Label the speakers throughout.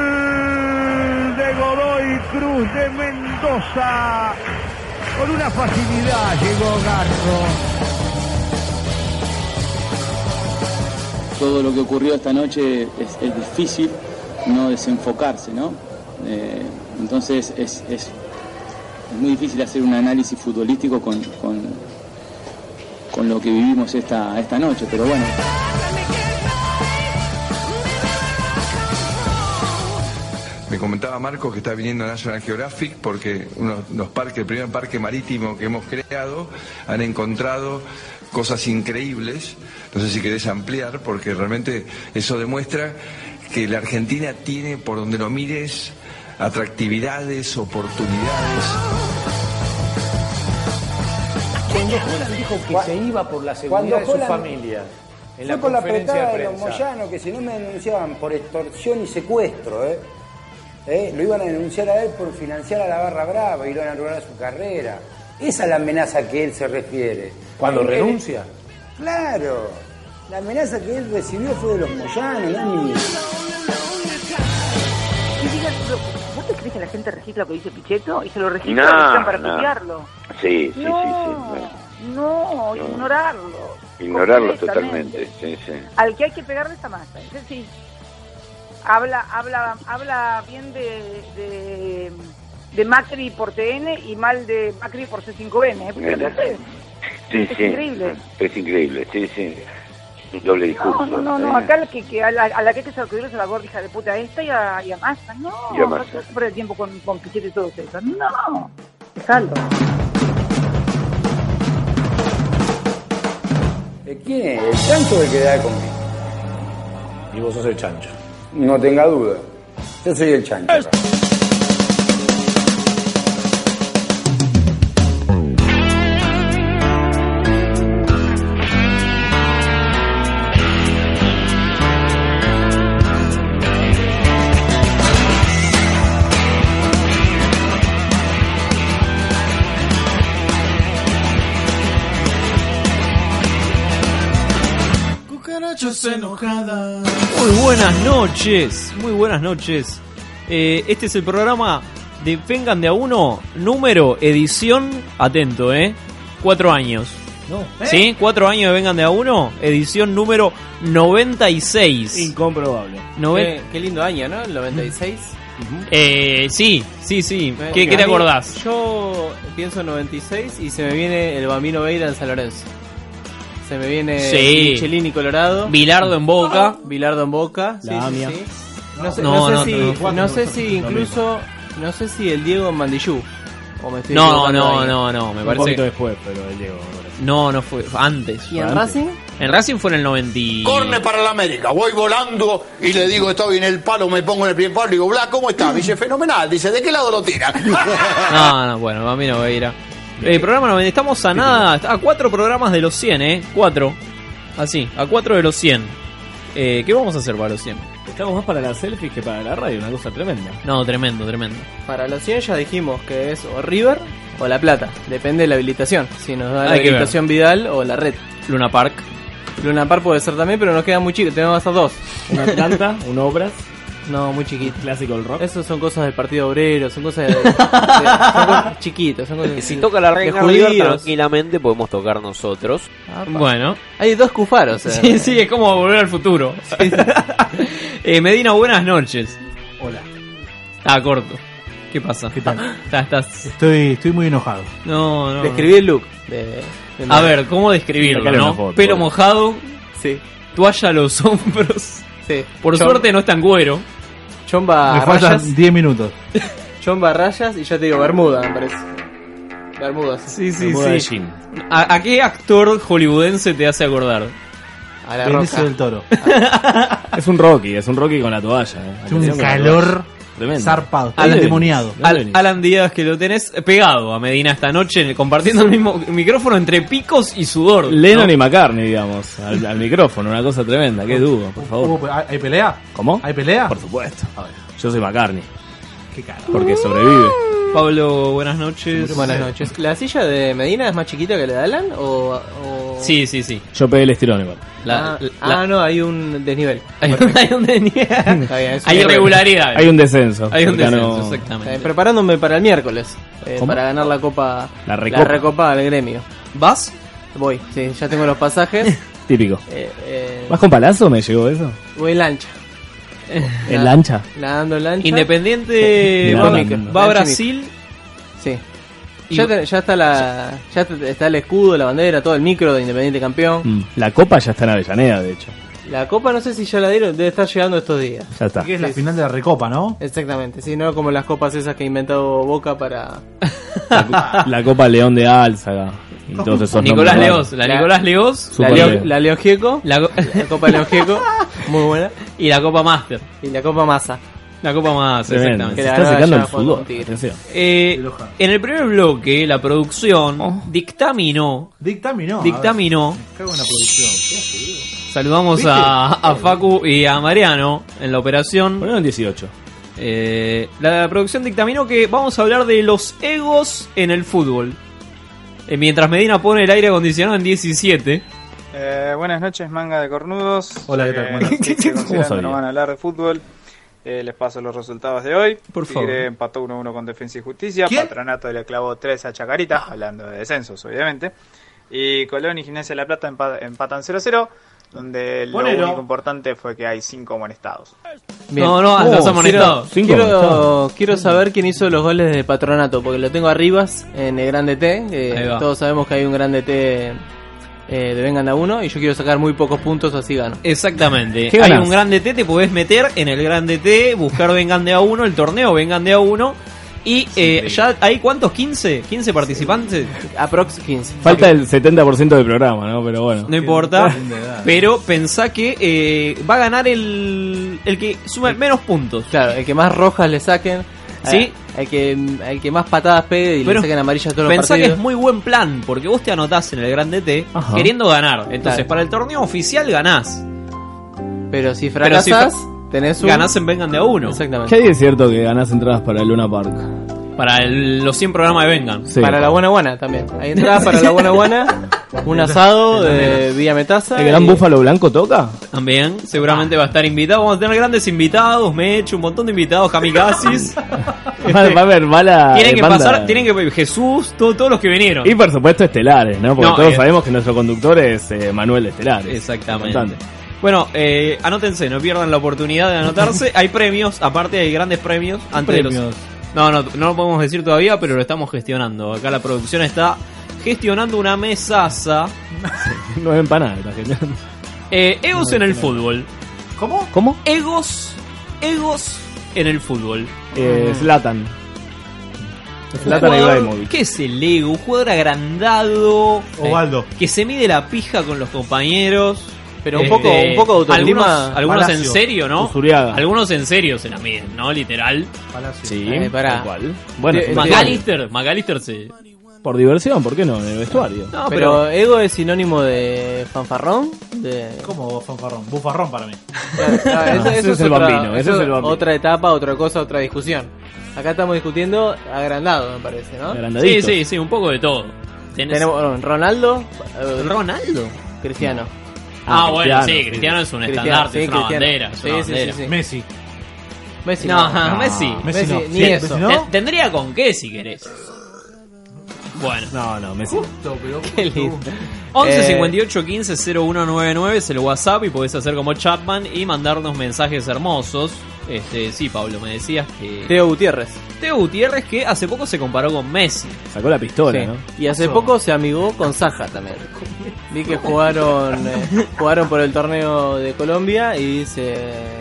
Speaker 1: Gol de Godoy Cruz de Mendoza. Con una facilidad llegó Garro.
Speaker 2: todo lo que ocurrió esta noche es, es difícil no desenfocarse, ¿no? Eh, entonces es, es- es muy difícil hacer un análisis futbolístico con, con, con lo que vivimos esta, esta noche, pero bueno.
Speaker 3: Me comentaba Marcos que está viniendo National Geographic porque uno de los parques, el primer parque marítimo que hemos creado, han encontrado cosas increíbles. No sé si querés ampliar, porque realmente eso demuestra que la Argentina tiene, por donde lo mires, atractividades, oportunidades.
Speaker 4: Cuando Holland dijo que se iba por la
Speaker 5: Cuando
Speaker 4: seguridad de su
Speaker 5: Holland-
Speaker 4: familia, en la
Speaker 5: Fue con la
Speaker 4: conferencia
Speaker 5: apretada
Speaker 4: de
Speaker 5: de los
Speaker 4: prensa.
Speaker 5: Moyano, que si no me denunciaban por extorsión y secuestro, ¿eh? ¿Eh? lo iban a denunciar a él por financiar a la Barra Brava, iban a arruinar su carrera. Esa es la amenaza a que él se refiere.
Speaker 4: Cuando
Speaker 5: Porque-
Speaker 4: renuncia.
Speaker 5: Claro, la amenaza que él recibió fue de los Moyano, no ni-
Speaker 6: Y digan, pero, ¿vos te crees que la gente recicla lo que dice Pichetto? Y se lo reciclan
Speaker 7: No,
Speaker 6: para
Speaker 7: no.
Speaker 6: copiarlo.
Speaker 7: Sí, sí,
Speaker 6: no,
Speaker 7: sí,
Speaker 6: no,
Speaker 7: No.
Speaker 6: ignorarlo.
Speaker 7: sí. Ignorarlo
Speaker 6: completamente.
Speaker 7: totalmente. Sí, sí.
Speaker 6: Al que hay que pegarle esa masa. Ese sí. Habla, habla, habla bien de, de, de Macri por TN y mal de Macri por C5N. ¿eh? Porque
Speaker 7: Mira.
Speaker 6: lo sé.
Speaker 7: Sí,
Speaker 6: Es
Speaker 7: sí.
Speaker 6: increíble.
Speaker 7: Es increíble, sí, sí. Un doble discurso.
Speaker 6: No, no, no, no,
Speaker 7: ¿eh?
Speaker 6: acá la que, que a, la, a la que hay que sacudirle es a la gorda hija de puta esta y a, y a Massa. No,
Speaker 7: Y a Massa.
Speaker 6: no se pierde tiempo con, con Pichetto y todo eso. No, dejalo.
Speaker 5: ¿Eh, ¿Quién es? ¿El chancho o el que da conmigo?
Speaker 4: Y vos sos el chancho.
Speaker 5: No tenga duda. Yo soy el chancho.
Speaker 8: Muy buenas noches, muy buenas noches. Eh, este es el programa de Vengan de a uno, número, edición, atento, ¿eh? Cuatro años. ¿Sí? Cuatro años de Vengan de a uno, edición número 96.
Speaker 9: Incomprobable.
Speaker 8: Noven-
Speaker 9: Qué, qué lindo año, ¿no? El 96.
Speaker 8: Eh, sí, sí, sí.
Speaker 9: Eh,
Speaker 8: ¿Qué, qué te
Speaker 9: a mí-
Speaker 8: acordás?
Speaker 9: Yo pienso en 96 y se me viene el Bambino Veira en San Lorenzo. Se me viene
Speaker 8: Sí.
Speaker 9: Michelin y Colorado.
Speaker 8: Bilardo en Boca.
Speaker 9: Bilardo en Boca. sí,
Speaker 4: La
Speaker 9: sí,
Speaker 4: Amia.
Speaker 9: sí. No sé,
Speaker 8: No,
Speaker 9: no sé
Speaker 8: no, no,
Speaker 9: si,
Speaker 4: no.
Speaker 9: no sé si incluso, no sé si el Diego en Mandillú. O me estoy
Speaker 8: No,
Speaker 9: equivocando
Speaker 8: no,
Speaker 9: ahí.
Speaker 8: no, no, me
Speaker 4: Un
Speaker 8: parece.
Speaker 4: poquito
Speaker 8: que-
Speaker 4: después, pero el Diego. me parece.
Speaker 8: No, no fue, fue antes.
Speaker 9: ¿Y en Racing?
Speaker 8: En Racing fue en el 90.
Speaker 10: Corne para la América. Voy volando y le digo, estoy en el palo, me pongo en el primer palo. Digo, Bla, ¿cómo está? Me dice, fenomenal. Dice, ¿de qué lado lo tira?
Speaker 8: Ah, No, no, bueno, a mí no me irá. Eh, programa 90, estamos a nada, a cuatro programas de los 100, ¿eh? Cuatro. Así, a cuatro de los 100. Eh, ¿Qué vamos a hacer para los 100?
Speaker 4: Estamos más para las selfies que para la radio, una cosa tremenda.
Speaker 8: No, tremendo, tremendo.
Speaker 9: Para los 100 ya dijimos que es o River o La Plata. Depende de la habilitación. Si nos da la
Speaker 8: Hay que ver.
Speaker 9: habilitación Vidal o la red.
Speaker 8: Luna Park.
Speaker 9: Luna Par puede ser también, pero nos queda muy chico. Tenemos hasta dos.
Speaker 4: Una Atlanta, un Obras,
Speaker 9: No, muy chiquito.
Speaker 4: clásico del rock.
Speaker 9: Eso son cosas del Partido Obrero, son cosas de, de- son cosas chiquitas, son cosas
Speaker 11: Si toca la
Speaker 9: de
Speaker 11: reina River,
Speaker 9: judíos.
Speaker 11: tranquilamente podemos tocar nosotros.
Speaker 9: Apa.
Speaker 8: Bueno.
Speaker 9: Hay dos cufaros. eh.
Speaker 8: Sí, sí, es como volver al futuro. Eh, Medina, buenas noches.
Speaker 4: Hola.
Speaker 8: Ah, corto. ¿Qué pasa? ¿Qué tal? Estás, estás...
Speaker 4: Estoy, estoy muy enojado.
Speaker 8: No, no.
Speaker 9: Describí el look. de- de-
Speaker 8: A ver, ¿cómo describirlo,
Speaker 4: Sacale una
Speaker 8: no?
Speaker 4: foto,
Speaker 8: Pelo
Speaker 4: boludo.
Speaker 8: mojado,
Speaker 9: Sí,
Speaker 8: toalla a los hombros.
Speaker 9: sí.
Speaker 8: Por
Speaker 9: Chom-
Speaker 8: suerte no es tan güero. Ah,
Speaker 9: Chomba rayas.
Speaker 4: 10 minutos.
Speaker 9: Chomba rayas y ya te digo Bermuda, me parece. Bermuda, sí.
Speaker 8: Sí, sí,
Speaker 4: Bermuda de
Speaker 8: sí.
Speaker 4: jean.
Speaker 8: ¿A, a qué actor hollywoodense te hace acordar?
Speaker 9: A la roca.
Speaker 4: Toro. es un Rocky, es un Rocky con la toalla. eh. Atención con la toalla.
Speaker 11: Tremendo.
Speaker 12: Zarpado. Al endemoniado.
Speaker 8: Al- Alan Díaz, que lo tenés pegado a Medina esta noche, en- compartiendo el mismo micrófono entre picos y sudor.
Speaker 13: Lennon
Speaker 8: ¿no?
Speaker 13: y McCartney, digamos, al, al micrófono, una cosa tremenda,
Speaker 8: Ah.
Speaker 13: qué dudo, por favor.
Speaker 12: ¿Hubo- Uh, ¿Hay pelea?
Speaker 13: ¿Cómo?
Speaker 12: ¿Hay pelea?
Speaker 13: Por supuesto. Yo soy McCartney.
Speaker 12: Qué cara.
Speaker 13: Porque sobrevive.
Speaker 8: Pablo, buenas noches.
Speaker 9: Buenas noches. ¿La silla de Medina es más chiquita que la de Alan? ¿O, o-
Speaker 8: Sí, sí, sí.
Speaker 13: Yo pegué el estirón igual.
Speaker 9: La-
Speaker 8: La-
Speaker 9: ah,
Speaker 8: la-
Speaker 9: ah, no, hay un desnivel.
Speaker 8: Hay, un desnivel.
Speaker 9: Está bien, es
Speaker 8: Hay
Speaker 9: un desnivel.
Speaker 8: irregularidades.
Speaker 13: Hay un descenso.
Speaker 9: Hay un
Speaker 13: Porque
Speaker 9: descenso,
Speaker 13: no-
Speaker 9: Está bien, Eh, preparándome para el miércoles. eh,
Speaker 13: ¿Cómo?
Speaker 9: para ganar la copa.
Speaker 13: La recopa.
Speaker 9: recopa del gremio.
Speaker 8: ¿Vas?
Speaker 9: Voy, sí, ya tengo los pasajes.
Speaker 13: Típico.
Speaker 9: Eh, eh,
Speaker 13: ¿Vas con palazo me llegó eso?
Speaker 9: Voy en lancha.
Speaker 13: ¿En lancha?
Speaker 9: Nadando en lancha.
Speaker 8: Independiente
Speaker 13: Mirá,
Speaker 8: va,
Speaker 13: Mica.
Speaker 8: va a Brasil.
Speaker 9: Sí.
Speaker 8: Y-
Speaker 9: Ya, te- ya está la, ya te- está el escudo, la bandera, todo el micro de Independiente Campeón.
Speaker 13: Mm. La copa ya está en Avellaneda, de hecho.
Speaker 9: La copa no sé si ya la dieron, debe estar llegando estos días.
Speaker 13: Ya está.
Speaker 12: Que es la
Speaker 9: Sí,
Speaker 12: final de la recopa, ¿no?
Speaker 9: Exactamente, si no como las copas esas que ha inventado Boca para...
Speaker 13: La copa León de Álzaga. Y todos esos
Speaker 8: Nicolás
Speaker 13: nombres
Speaker 8: Leos, la,
Speaker 13: raros.
Speaker 8: Nicolás Leos,
Speaker 13: Super
Speaker 8: Leo-
Speaker 13: Leo.
Speaker 9: La León Gieco,
Speaker 8: la, co-
Speaker 9: la Copa León Gieco, muy buena,
Speaker 8: y la Copa Master,
Speaker 9: y la Copa Massa.
Speaker 8: la Copa Master,
Speaker 13: Tremendo.
Speaker 8: exactamente.
Speaker 13: Se está
Speaker 9: ganó
Speaker 13: secando
Speaker 9: allá
Speaker 13: el
Speaker 9: jugando
Speaker 13: fútbol.
Speaker 9: con Tigre.
Speaker 13: atención.
Speaker 8: Eh, en el primer bloque, la producción
Speaker 13: Oh.
Speaker 8: dictaminó,
Speaker 12: Dictaminó.
Speaker 8: dictaminó.
Speaker 12: Me cago en la producción.
Speaker 8: Saludamos
Speaker 12: ¿Viste? Eh,
Speaker 8: a, a Facu y a Mariano en la operación.
Speaker 13: Ponelo en 18.
Speaker 8: Eh, la producción dictaminó que vamos a hablar de los egos en el fútbol. Eh, mientras Medina pone el aire acondicionado en 17.
Speaker 14: Eh, buenas noches, manga de cornudos.
Speaker 8: Hola, ¿qué tal?
Speaker 14: Eh,
Speaker 8: Buenas noches.
Speaker 14: si se
Speaker 8: ¿Cómo
Speaker 14: consideran que
Speaker 8: sabía?
Speaker 14: no van a hablar de fútbol. eh, les paso los resultados de hoy.
Speaker 8: Por
Speaker 14: Tigre
Speaker 8: favor.
Speaker 14: empató 1-1 con Defensa y Justicia. Patronato le clavó 3 a Chacarita,
Speaker 8: Ah.
Speaker 14: hablando de descensos, obviamente. Y Colón y Gimnasia de la Plata empa- empatan 0-0, donde lo
Speaker 12: Ponelo.
Speaker 14: único importante fue que hay 5 molestados.
Speaker 9: Bien.
Speaker 8: No, no, los ha
Speaker 9: quiero,
Speaker 8: molestado. Uh, Cinco
Speaker 9: quiero,
Speaker 8: molestados.
Speaker 9: quiero saber quién hizo los goles de Patronato, porque lo tengo arriba en el Grande T. eh,
Speaker 8: Ahí va.
Speaker 9: todos sabemos que hay un Grande T eh, de Vengan de a uno, y yo quiero sacar muy pocos puntos, así gano.
Speaker 8: Exactamente.
Speaker 9: ¿Qué
Speaker 8: Hay
Speaker 9: ganás?
Speaker 8: un grande T, te podés meter en el grande T, buscar Vengan de a uno, el torneo Vengan de a uno. Y eh, ya hay cuántos, 15, 15 participantes.
Speaker 9: Aprox 15.
Speaker 13: Falta el 70% del programa, ¿no? Pero bueno.
Speaker 8: No importa. Pero pensá que eh, va a ganar el, el que suma menos puntos.
Speaker 9: Claro, el que más rojas le saquen.
Speaker 8: Sí.
Speaker 9: Al que, al que más patadas pegue y
Speaker 8: Pero
Speaker 9: le saquen amarillas todos los
Speaker 8: Pensá que es
Speaker 9: partidos.
Speaker 8: muy buen plan, porque vos te anotás en el grande T
Speaker 9: Ajá.
Speaker 8: queriendo ganar. Entonces,
Speaker 9: Claro.
Speaker 8: para el torneo oficial ganás.
Speaker 9: Pero si
Speaker 8: Pero si
Speaker 9: fracasas,
Speaker 8: fra-
Speaker 9: tenés un...
Speaker 8: Ganás en Vengan de a uno.
Speaker 9: Exactamente.
Speaker 13: ¿Qué hay de cierto que ganás entradas para el Luna Park?
Speaker 8: Para el- los 100 programas de Vengan.
Speaker 13: Sí.
Speaker 9: Para la buena buena también. Hay entradas para la buena buena, un asado de Villa Metaza.
Speaker 13: ¿El gran
Speaker 9: y-
Speaker 13: búfalo blanco toca?
Speaker 8: También, seguramente va a estar invitado. Vamos a tener grandes invitados, Mecho, un montón de invitados, kamikazes.
Speaker 13: Va, va a haber mala.
Speaker 8: tienen que
Speaker 13: demanda.
Speaker 8: pasar, tienen que Jesús, todo- todos los que vinieron.
Speaker 13: Y por supuesto estelares, ¿no? Porque
Speaker 8: No,
Speaker 13: todos
Speaker 8: eh.
Speaker 13: sabemos que nuestro conductor es eh, Manuel Estelares.
Speaker 8: Exactamente.
Speaker 13: Cantante.
Speaker 8: Bueno, eh, anótense, no pierdan la oportunidad de anotarse. hay premios, aparte hay grandes premios. Antes de los-
Speaker 12: premios?
Speaker 8: No, no, no lo podemos decir todavía, pero lo estamos gestionando. Acá la producción está gestionando una mesaza.
Speaker 13: No es empanada esta gente.
Speaker 8: Eh, egos en el fútbol.
Speaker 12: ¿Cómo?
Speaker 13: ¿Cómo?
Speaker 8: Egos, egos en el fútbol.
Speaker 13: Eh, Zlatan. Zlatan
Speaker 8: Jugador-
Speaker 13: Ibrahimovic.
Speaker 8: ¿Qué es el ego? Un jugador agrandado.
Speaker 12: Osvaldo.
Speaker 8: eh, que se mide la pija con los compañeros. eh,
Speaker 9: Pero un poco- un poco de autoestima.
Speaker 8: Algunos, algunos en
Speaker 9: Palacio,
Speaker 8: serio, ¿no?
Speaker 13: Usuriaga.
Speaker 8: Algunos en serio se la miden, ¿no? Literal.
Speaker 13: Sí,
Speaker 9: Eh, pará.
Speaker 13: tal cual. Bueno,
Speaker 9: Eh,
Speaker 13: por diversión.
Speaker 8: Macalister, Macalister se.
Speaker 13: por diversión, ¿por qué no? En el vestuario.
Speaker 8: No,
Speaker 9: Pero
Speaker 8: pero.
Speaker 9: ego es sinónimo de fanfarrón. De...
Speaker 12: ¿Cómo fanfarrón? Bufarrón para mí.
Speaker 9: Ah, eso,
Speaker 13: ese
Speaker 9: eso
Speaker 13: es el
Speaker 9: otra-
Speaker 13: bambino, ese
Speaker 9: eso
Speaker 13: es el bambino.
Speaker 9: Otra etapa, otra cosa, otra discusión. Acá estamos discutiendo agrandado, me parece, ¿no?
Speaker 8: Sí,
Speaker 13: Agrandaditos.
Speaker 8: sí, sí, un poco de todo. Tenés-
Speaker 9: Tenemos bueno, Ronaldo, eh,
Speaker 8: Ronaldo.
Speaker 9: Cristiano.
Speaker 8: Ah,
Speaker 13: Ah,
Speaker 8: bueno, sí,
Speaker 13: Cristiano,
Speaker 8: Cristiano es un
Speaker 9: Cristiano,
Speaker 8: estandarte,
Speaker 9: sí,
Speaker 8: es una
Speaker 9: Cristiano.
Speaker 8: bandera. es
Speaker 9: Sí,
Speaker 8: una
Speaker 9: sí,
Speaker 8: bandera.
Speaker 9: sí, sí.
Speaker 12: Messi.
Speaker 9: Messi
Speaker 8: No, ajá, Messi.
Speaker 12: Messi no.
Speaker 9: ni
Speaker 12: Sí,
Speaker 9: eso.
Speaker 12: Messi no.
Speaker 8: Te- Tendría con qué si querés. Bueno.
Speaker 13: No, no, Messi.
Speaker 12: Justo, pero
Speaker 9: Qué lindo.
Speaker 8: 11
Speaker 9: Eh,
Speaker 8: 58 15 0199 es el WhatsApp y podés hacer como Chapman y mandarnos mensajes hermosos. Este, sí, Pablo, me decías que
Speaker 9: Teo Gutiérrez.
Speaker 8: Teo Gutiérrez que hace poco se comparó con Messi.
Speaker 13: Sacó la pistola,
Speaker 9: Sí.
Speaker 13: ¿no?
Speaker 9: Y hace
Speaker 12: Pasó.
Speaker 9: poco se amigó con Saja también. Vi que jugaron eh, jugaron por el torneo de Colombia y se,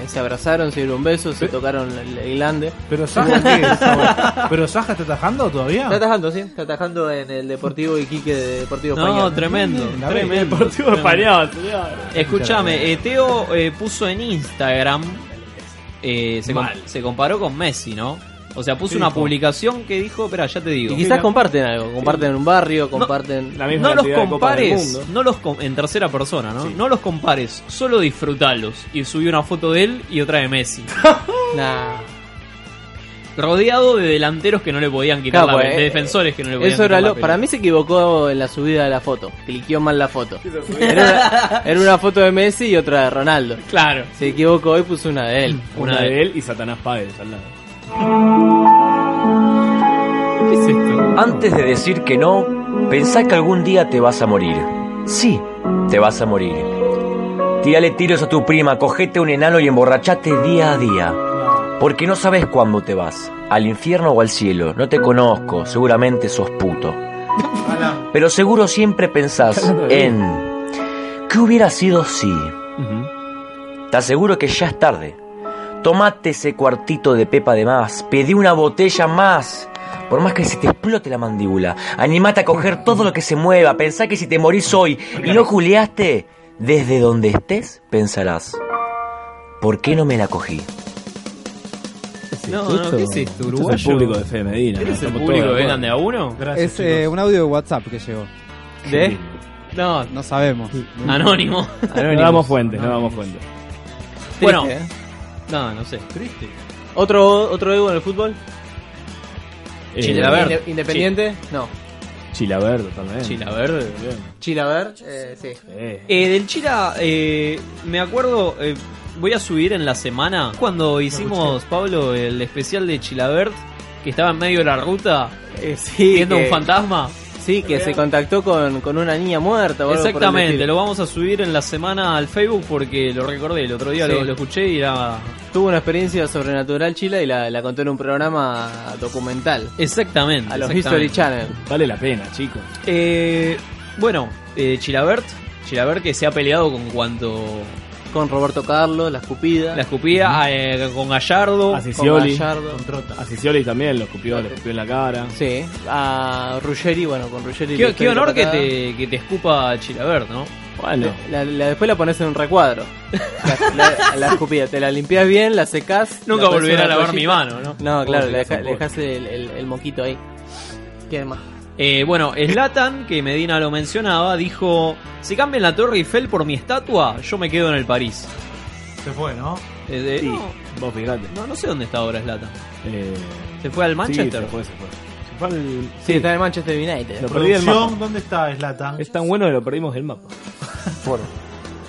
Speaker 9: se abrazaron, se dieron un beso, se tocaron el, el glande.
Speaker 12: ¿Pero Saja qué es? ¿Pero Saja está tajando todavía?
Speaker 9: Está atajando, sí, está atajando en el Deportivo Iquique de Deportivo
Speaker 8: No,
Speaker 9: Español.
Speaker 8: tremendo,
Speaker 12: La B,
Speaker 8: tremendo.
Speaker 13: Deportivo
Speaker 8: tremendo.
Speaker 13: español, señor.
Speaker 8: Escúchame, eh, Teo eh, puso en Instagram eh, se, com-
Speaker 9: Mal.
Speaker 8: se comparó con Messi, ¿no? O sea, puso
Speaker 9: Sí,
Speaker 8: una
Speaker 9: dijo.
Speaker 8: publicación que dijo, espera, ya te digo.
Speaker 9: Y quizás comparten algo, comparten un barrio, comparten...
Speaker 8: no los compares, no los com- en tercera persona, ¿no? No los compares, solo disfrutalos. Y subí una foto de él y otra de Messi. Rodeado de delanteros que no le podían quitar
Speaker 9: Claro,
Speaker 8: la
Speaker 9: pues,
Speaker 8: de
Speaker 9: eh,
Speaker 8: defensores que no le podían
Speaker 9: Eso
Speaker 8: quitar
Speaker 9: era
Speaker 8: la
Speaker 9: lo...
Speaker 8: pelota.
Speaker 9: Para mí se equivocó en la subida de la foto. Cliqueó mal la foto. Era, era una foto de Messi y otra de Ronaldo.
Speaker 8: Claro.
Speaker 9: Se equivocó y puso una de él.
Speaker 8: Una Una de de
Speaker 9: él y Satanás Padres al lado.
Speaker 15: Antes de decir que no, pensá que algún día te vas a morir. Sí, te vas a morir. Tírale tiros a tu prima, cogete un enano y emborrachate día a día. Porque no sabes cuándo te vas, al infierno o al cielo. No te conozco, seguramente sos puto. Pero seguro siempre pensás en... ¿Qué hubiera sido si? Te aseguro que ya es tarde. Tomate ese cuartito de pepa de más, pedí una botella más. Por más que se te explote la mandíbula, animate a coger todo lo que se mueva. Pensá que si te morís hoy y no juliaste, desde donde estés pensarás: ¿por qué no me la cogí?
Speaker 8: No, no, ¿qué es esto, uruguayo?
Speaker 13: es el público de Fe Medina.
Speaker 8: ¿Eres el
Speaker 13: Estamos
Speaker 8: público
Speaker 13: todos
Speaker 8: de
Speaker 13: de
Speaker 8: Vengan
Speaker 13: acuerdo.
Speaker 8: de a uno?
Speaker 16: es eh, un audio de WhatsApp que llegó.
Speaker 8: ¿De? No.
Speaker 16: No sabemos.
Speaker 8: Anónimo.
Speaker 13: No damos fuentes, no damos fuentes.
Speaker 8: Bueno,
Speaker 9: Triste,
Speaker 8: no, no sé.
Speaker 9: ¿eh? ¿Otro, ¿Otro Evo en el fútbol?
Speaker 13: Eh,
Speaker 9: Inde- ¿Independiente? No.
Speaker 13: Chilaverde también.
Speaker 8: Chilaverde,
Speaker 9: Chilaver, eh, sí.
Speaker 8: Eh, del Chira, eh, me acuerdo, eh, voy a subir en la semana. Cuando hicimos, Pablo, el especial de Chilabert, que estaba en medio de la ruta, viendo
Speaker 9: Eh, que-
Speaker 8: un fantasma.
Speaker 9: Sí, que se contactó con, con una niña muerta o algo por el
Speaker 8: Exactamente,
Speaker 9: estilo.
Speaker 8: lo vamos a subir en la semana al Facebook porque lo recordé, el otro día
Speaker 9: Sí.
Speaker 8: lo, lo escuché y era...
Speaker 9: Tuvo una experiencia sobrenatural chila y la, la contó en un programa documental.
Speaker 8: Exactamente.
Speaker 9: A los
Speaker 8: exactamente.
Speaker 9: History Channel.
Speaker 13: Vale la pena, chicos.
Speaker 8: Eh, bueno, eh, Chilabert, Chilabert que se ha peleado con cuanto...
Speaker 9: Con Roberto Carlos, La Escupida.
Speaker 8: La escupida, eh, con Gallardo.
Speaker 13: A Sisioli.
Speaker 9: Con Gallardo.
Speaker 13: A Sisioli también lo escupió, le escupió en la cara.
Speaker 9: Sí. A Ruggeri, bueno, con Ruggeri.
Speaker 8: Qué,
Speaker 9: le
Speaker 8: qué honor que
Speaker 9: patada.
Speaker 8: te, que te escupa Chilabert, ¿no?
Speaker 13: Bueno.
Speaker 9: La, la- después la pones en un recuadro. La, la- la escupida, te la limpias bien, la secás.
Speaker 8: Nunca
Speaker 9: la pones
Speaker 8: volverá
Speaker 9: en una
Speaker 8: a lavar
Speaker 9: toallita.
Speaker 8: mi mano, ¿no?
Speaker 9: No, claro,
Speaker 8: Oh,
Speaker 9: le,
Speaker 8: secás
Speaker 9: deja-
Speaker 8: un
Speaker 9: le
Speaker 8: poco.
Speaker 9: dejas el, el- el moquito ahí. ¿Qué más?
Speaker 8: Eh, bueno, Slatan, que Medina lo mencionaba, dijo: Si cambian la Torre Eiffel por mi estatua, yo me quedo en el París.
Speaker 12: Se fue, ¿no?
Speaker 8: Eh, de-
Speaker 12: Sí,
Speaker 8: no,
Speaker 13: vos fijate.
Speaker 8: No, no sé dónde está ahora Slatan.
Speaker 13: Eh,
Speaker 8: ¿Se fue al Manchester?
Speaker 13: Sí, se fue, se fue. Se fue al-
Speaker 9: Sí, está en el Manchester United.
Speaker 13: Lo perdí del mapa.
Speaker 12: ¿Dónde está Slatan?
Speaker 13: Es tan bueno que lo perdimos del mapa.
Speaker 17: Bueno,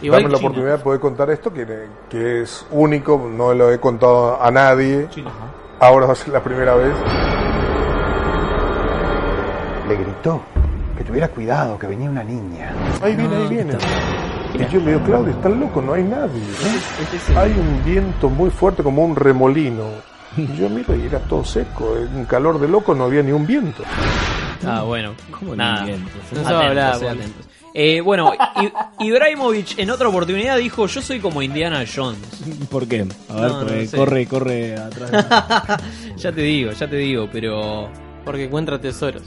Speaker 13: Igual
Speaker 17: dame la
Speaker 13: China.
Speaker 17: oportunidad de poder contar esto, que, que es único, no lo he contado a nadie. Ahora va a ser la primera vez.
Speaker 18: Le gritó que tuviera cuidado, que venía una niña.
Speaker 17: Ahí viene, ahí viene. Y yo le digo, Claudio, estás loco, no hay nadie.
Speaker 13: ¿Eh? Este
Speaker 17: Hay un viento muy fuerte, como un remolino. Y yo miro y era todo seco, un calor de loco, no había ni un viento.
Speaker 8: Ah, bueno.
Speaker 13: ¿Cómo
Speaker 8: nada.
Speaker 13: No
Speaker 8: Atentos,
Speaker 13: hablaba,
Speaker 8: eh,
Speaker 13: bueno.
Speaker 8: atentos. Eh, bueno, I- Ibrahimovic en otra oportunidad dijo: Yo soy como Indiana Jones.
Speaker 13: ¿Por qué? A ver,
Speaker 8: No, no
Speaker 13: porque
Speaker 8: sé.
Speaker 13: corre, corre atrás. de-
Speaker 8: Ya te digo, ya te digo, pero.
Speaker 9: Porque encuentra tesoros.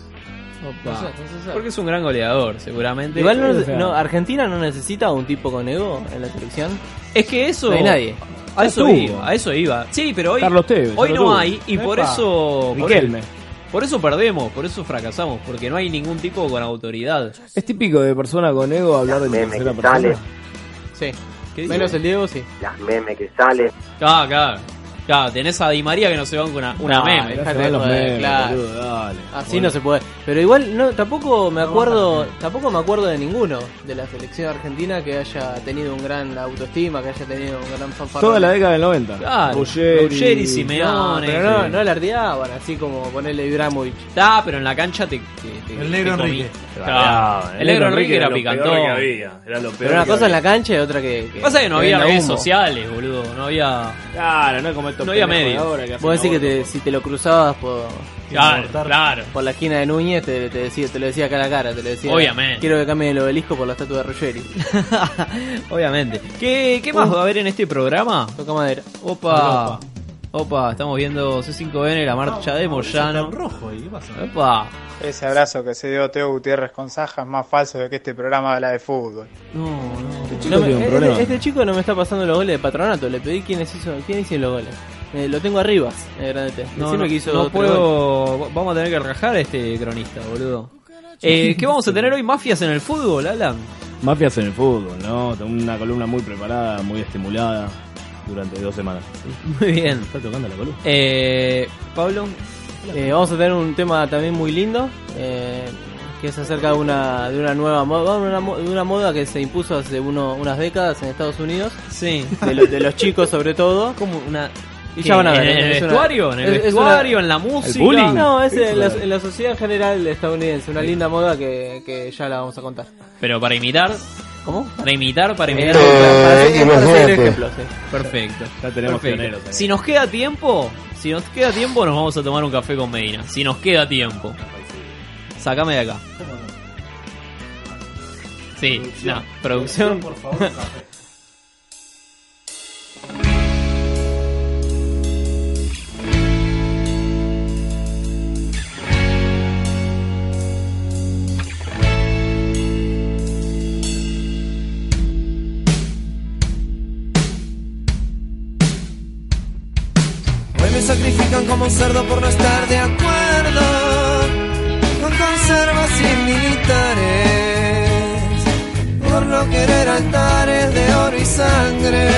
Speaker 8: Va.
Speaker 9: No sé, no se sabe.
Speaker 8: Porque es un gran goleador, seguramente.
Speaker 9: Igual no, no, Argentina no necesita un tipo con ego en la selección.
Speaker 8: Es que eso.
Speaker 9: No hay nadie.
Speaker 8: A
Speaker 13: Ah,
Speaker 9: Ya
Speaker 8: eso
Speaker 9: estuvo.
Speaker 8: iba, a eso iba. Sí, pero hoy.
Speaker 9: Carlos Tevez, ya
Speaker 8: hoy
Speaker 9: lo
Speaker 8: no
Speaker 9: tuvo.
Speaker 8: hay, y por
Speaker 9: Epa.
Speaker 8: eso. por-
Speaker 13: Riquelme.
Speaker 8: Por eso perdemos, por eso fracasamos, porque no hay ningún tipo con autoridad.
Speaker 13: Es típico de persona con ego hablar de la tercera
Speaker 8: que
Speaker 13: persona.
Speaker 8: sale.
Speaker 9: Sí.
Speaker 8: ¿Qué
Speaker 9: Menos
Speaker 8: dice?
Speaker 9: el Diego, sí.
Speaker 8: Las memes que salen. Claro, claro. Claro, tenés a Di María que no se banca una, una
Speaker 9: No,
Speaker 8: meme.
Speaker 9: dejate de joder, claro. Así
Speaker 8: Bueno.
Speaker 9: no se puede. Pero igual no, tampoco me acuerdo, tampoco me acuerdo de ninguno de la selección argentina que haya tenido un gran autoestima, que haya tenido un gran fanfarrón.
Speaker 13: Toda la década del 90.
Speaker 8: Claro.
Speaker 13: Ruggeri,
Speaker 8: Ruggeri, Simeone.
Speaker 9: No, pero no, no alardeaban así como ponerle Ibrahimovic.
Speaker 8: Ah, pero en la cancha te. te- te-
Speaker 9: El negro
Speaker 8: te comí.
Speaker 9: Enrique.
Speaker 8: Claro, el negro Enrique era
Speaker 13: lo peor
Speaker 8: picantón.
Speaker 13: que había, era lo
Speaker 9: Pero
Speaker 13: peor
Speaker 9: una
Speaker 13: que
Speaker 9: cosa es
Speaker 13: había.
Speaker 9: la cancha y otra que. que-
Speaker 8: Pasa que no había
Speaker 9: venda
Speaker 8: redes
Speaker 9: humo.
Speaker 8: sociales, boludo. No había.
Speaker 13: Claro, no como estos
Speaker 8: No había
Speaker 13: pendejos de
Speaker 8: medios.
Speaker 13: ahora que hacen
Speaker 9: Vos decís que
Speaker 13: aborto.
Speaker 9: te- si te lo cruzabas por.
Speaker 8: Claro, claro.
Speaker 9: Por la esquina de Núñez te, te decía, te lo decía cara a cara, te lo decía.
Speaker 8: Obviamente.
Speaker 9: Quiero que cambie el obelisco por la estatua de Ruggeri.
Speaker 8: Obviamente. ¿Qué, qué más
Speaker 9: Uh.
Speaker 8: va a haber en este programa?
Speaker 9: Toca madera.
Speaker 8: Opa.
Speaker 9: Opa, estamos viendo C5N, la marcha de Moyano. rojo
Speaker 12: ahí, ¿qué pasa?
Speaker 9: Opa.
Speaker 14: Ese abrazo que se dio Teo Gutiérrez con Saja es más falso de que este programa habla de fútbol.
Speaker 9: No, no.
Speaker 14: chico
Speaker 9: No me-
Speaker 14: tiene un
Speaker 9: este-
Speaker 14: problema.
Speaker 9: Este chico no me está pasando los goles de patronato. Le pedí quiénes hizo, quién hizo los goles. Eh, lo tengo arriba, eh, grande.
Speaker 8: No,
Speaker 9: Decime
Speaker 8: no,
Speaker 9: que hizo
Speaker 8: no
Speaker 9: tres goles.
Speaker 8: puedo. Vamos a tener que rajar a este cronista, boludo. Eh, ¿Qué vamos a tener hoy? Mafias en el fútbol, Alan.
Speaker 13: Mafias en el fútbol, ¿no? Tengo Una columna muy preparada, muy estimulada durante dos semanas.
Speaker 8: Muy bien.
Speaker 13: Está tocando la columna.
Speaker 9: Eh, Pablo. Eh, vamos a tener un tema también muy lindo. eh, que es acerca de una, de una nueva moda. Una, mo- de una moda que se impuso hace uno- unas décadas en Estados Unidos.
Speaker 8: Sí.
Speaker 9: De, lo- de los chicos, sobre todo.
Speaker 8: Como una.
Speaker 9: Y ya van a
Speaker 8: ¿En
Speaker 9: ver.
Speaker 8: el
Speaker 9: es una-
Speaker 8: vestuario? ¿En el
Speaker 9: es- es
Speaker 8: vestuario? ¿En la música?
Speaker 9: El bullying. No, es en la,
Speaker 8: Claro.
Speaker 9: en la sociedad en general estadounidense. Una linda moda que, que ya la vamos a contar.
Speaker 8: Pero para imitar.
Speaker 9: ¿Cómo?
Speaker 8: Para imitar, para
Speaker 9: Eh,
Speaker 8: imitar.
Speaker 9: para- para-
Speaker 8: Perfecto.
Speaker 9: para hacer ejemplos, sí.
Speaker 8: Perfecto.
Speaker 13: Ya tenemos
Speaker 8: Perfecto.
Speaker 13: pioneros ahí.
Speaker 8: Si nos queda tiempo, si nos queda tiempo, nos vamos a tomar un café con Medina. Si nos queda tiempo. Sácame de acá. Sí, no, producción.
Speaker 12: Por favor, café.
Speaker 19: Hoy me sacrifican como un cerdo por no estar de acuerdo con conservas y militares, por no querer altares de oro y sangre.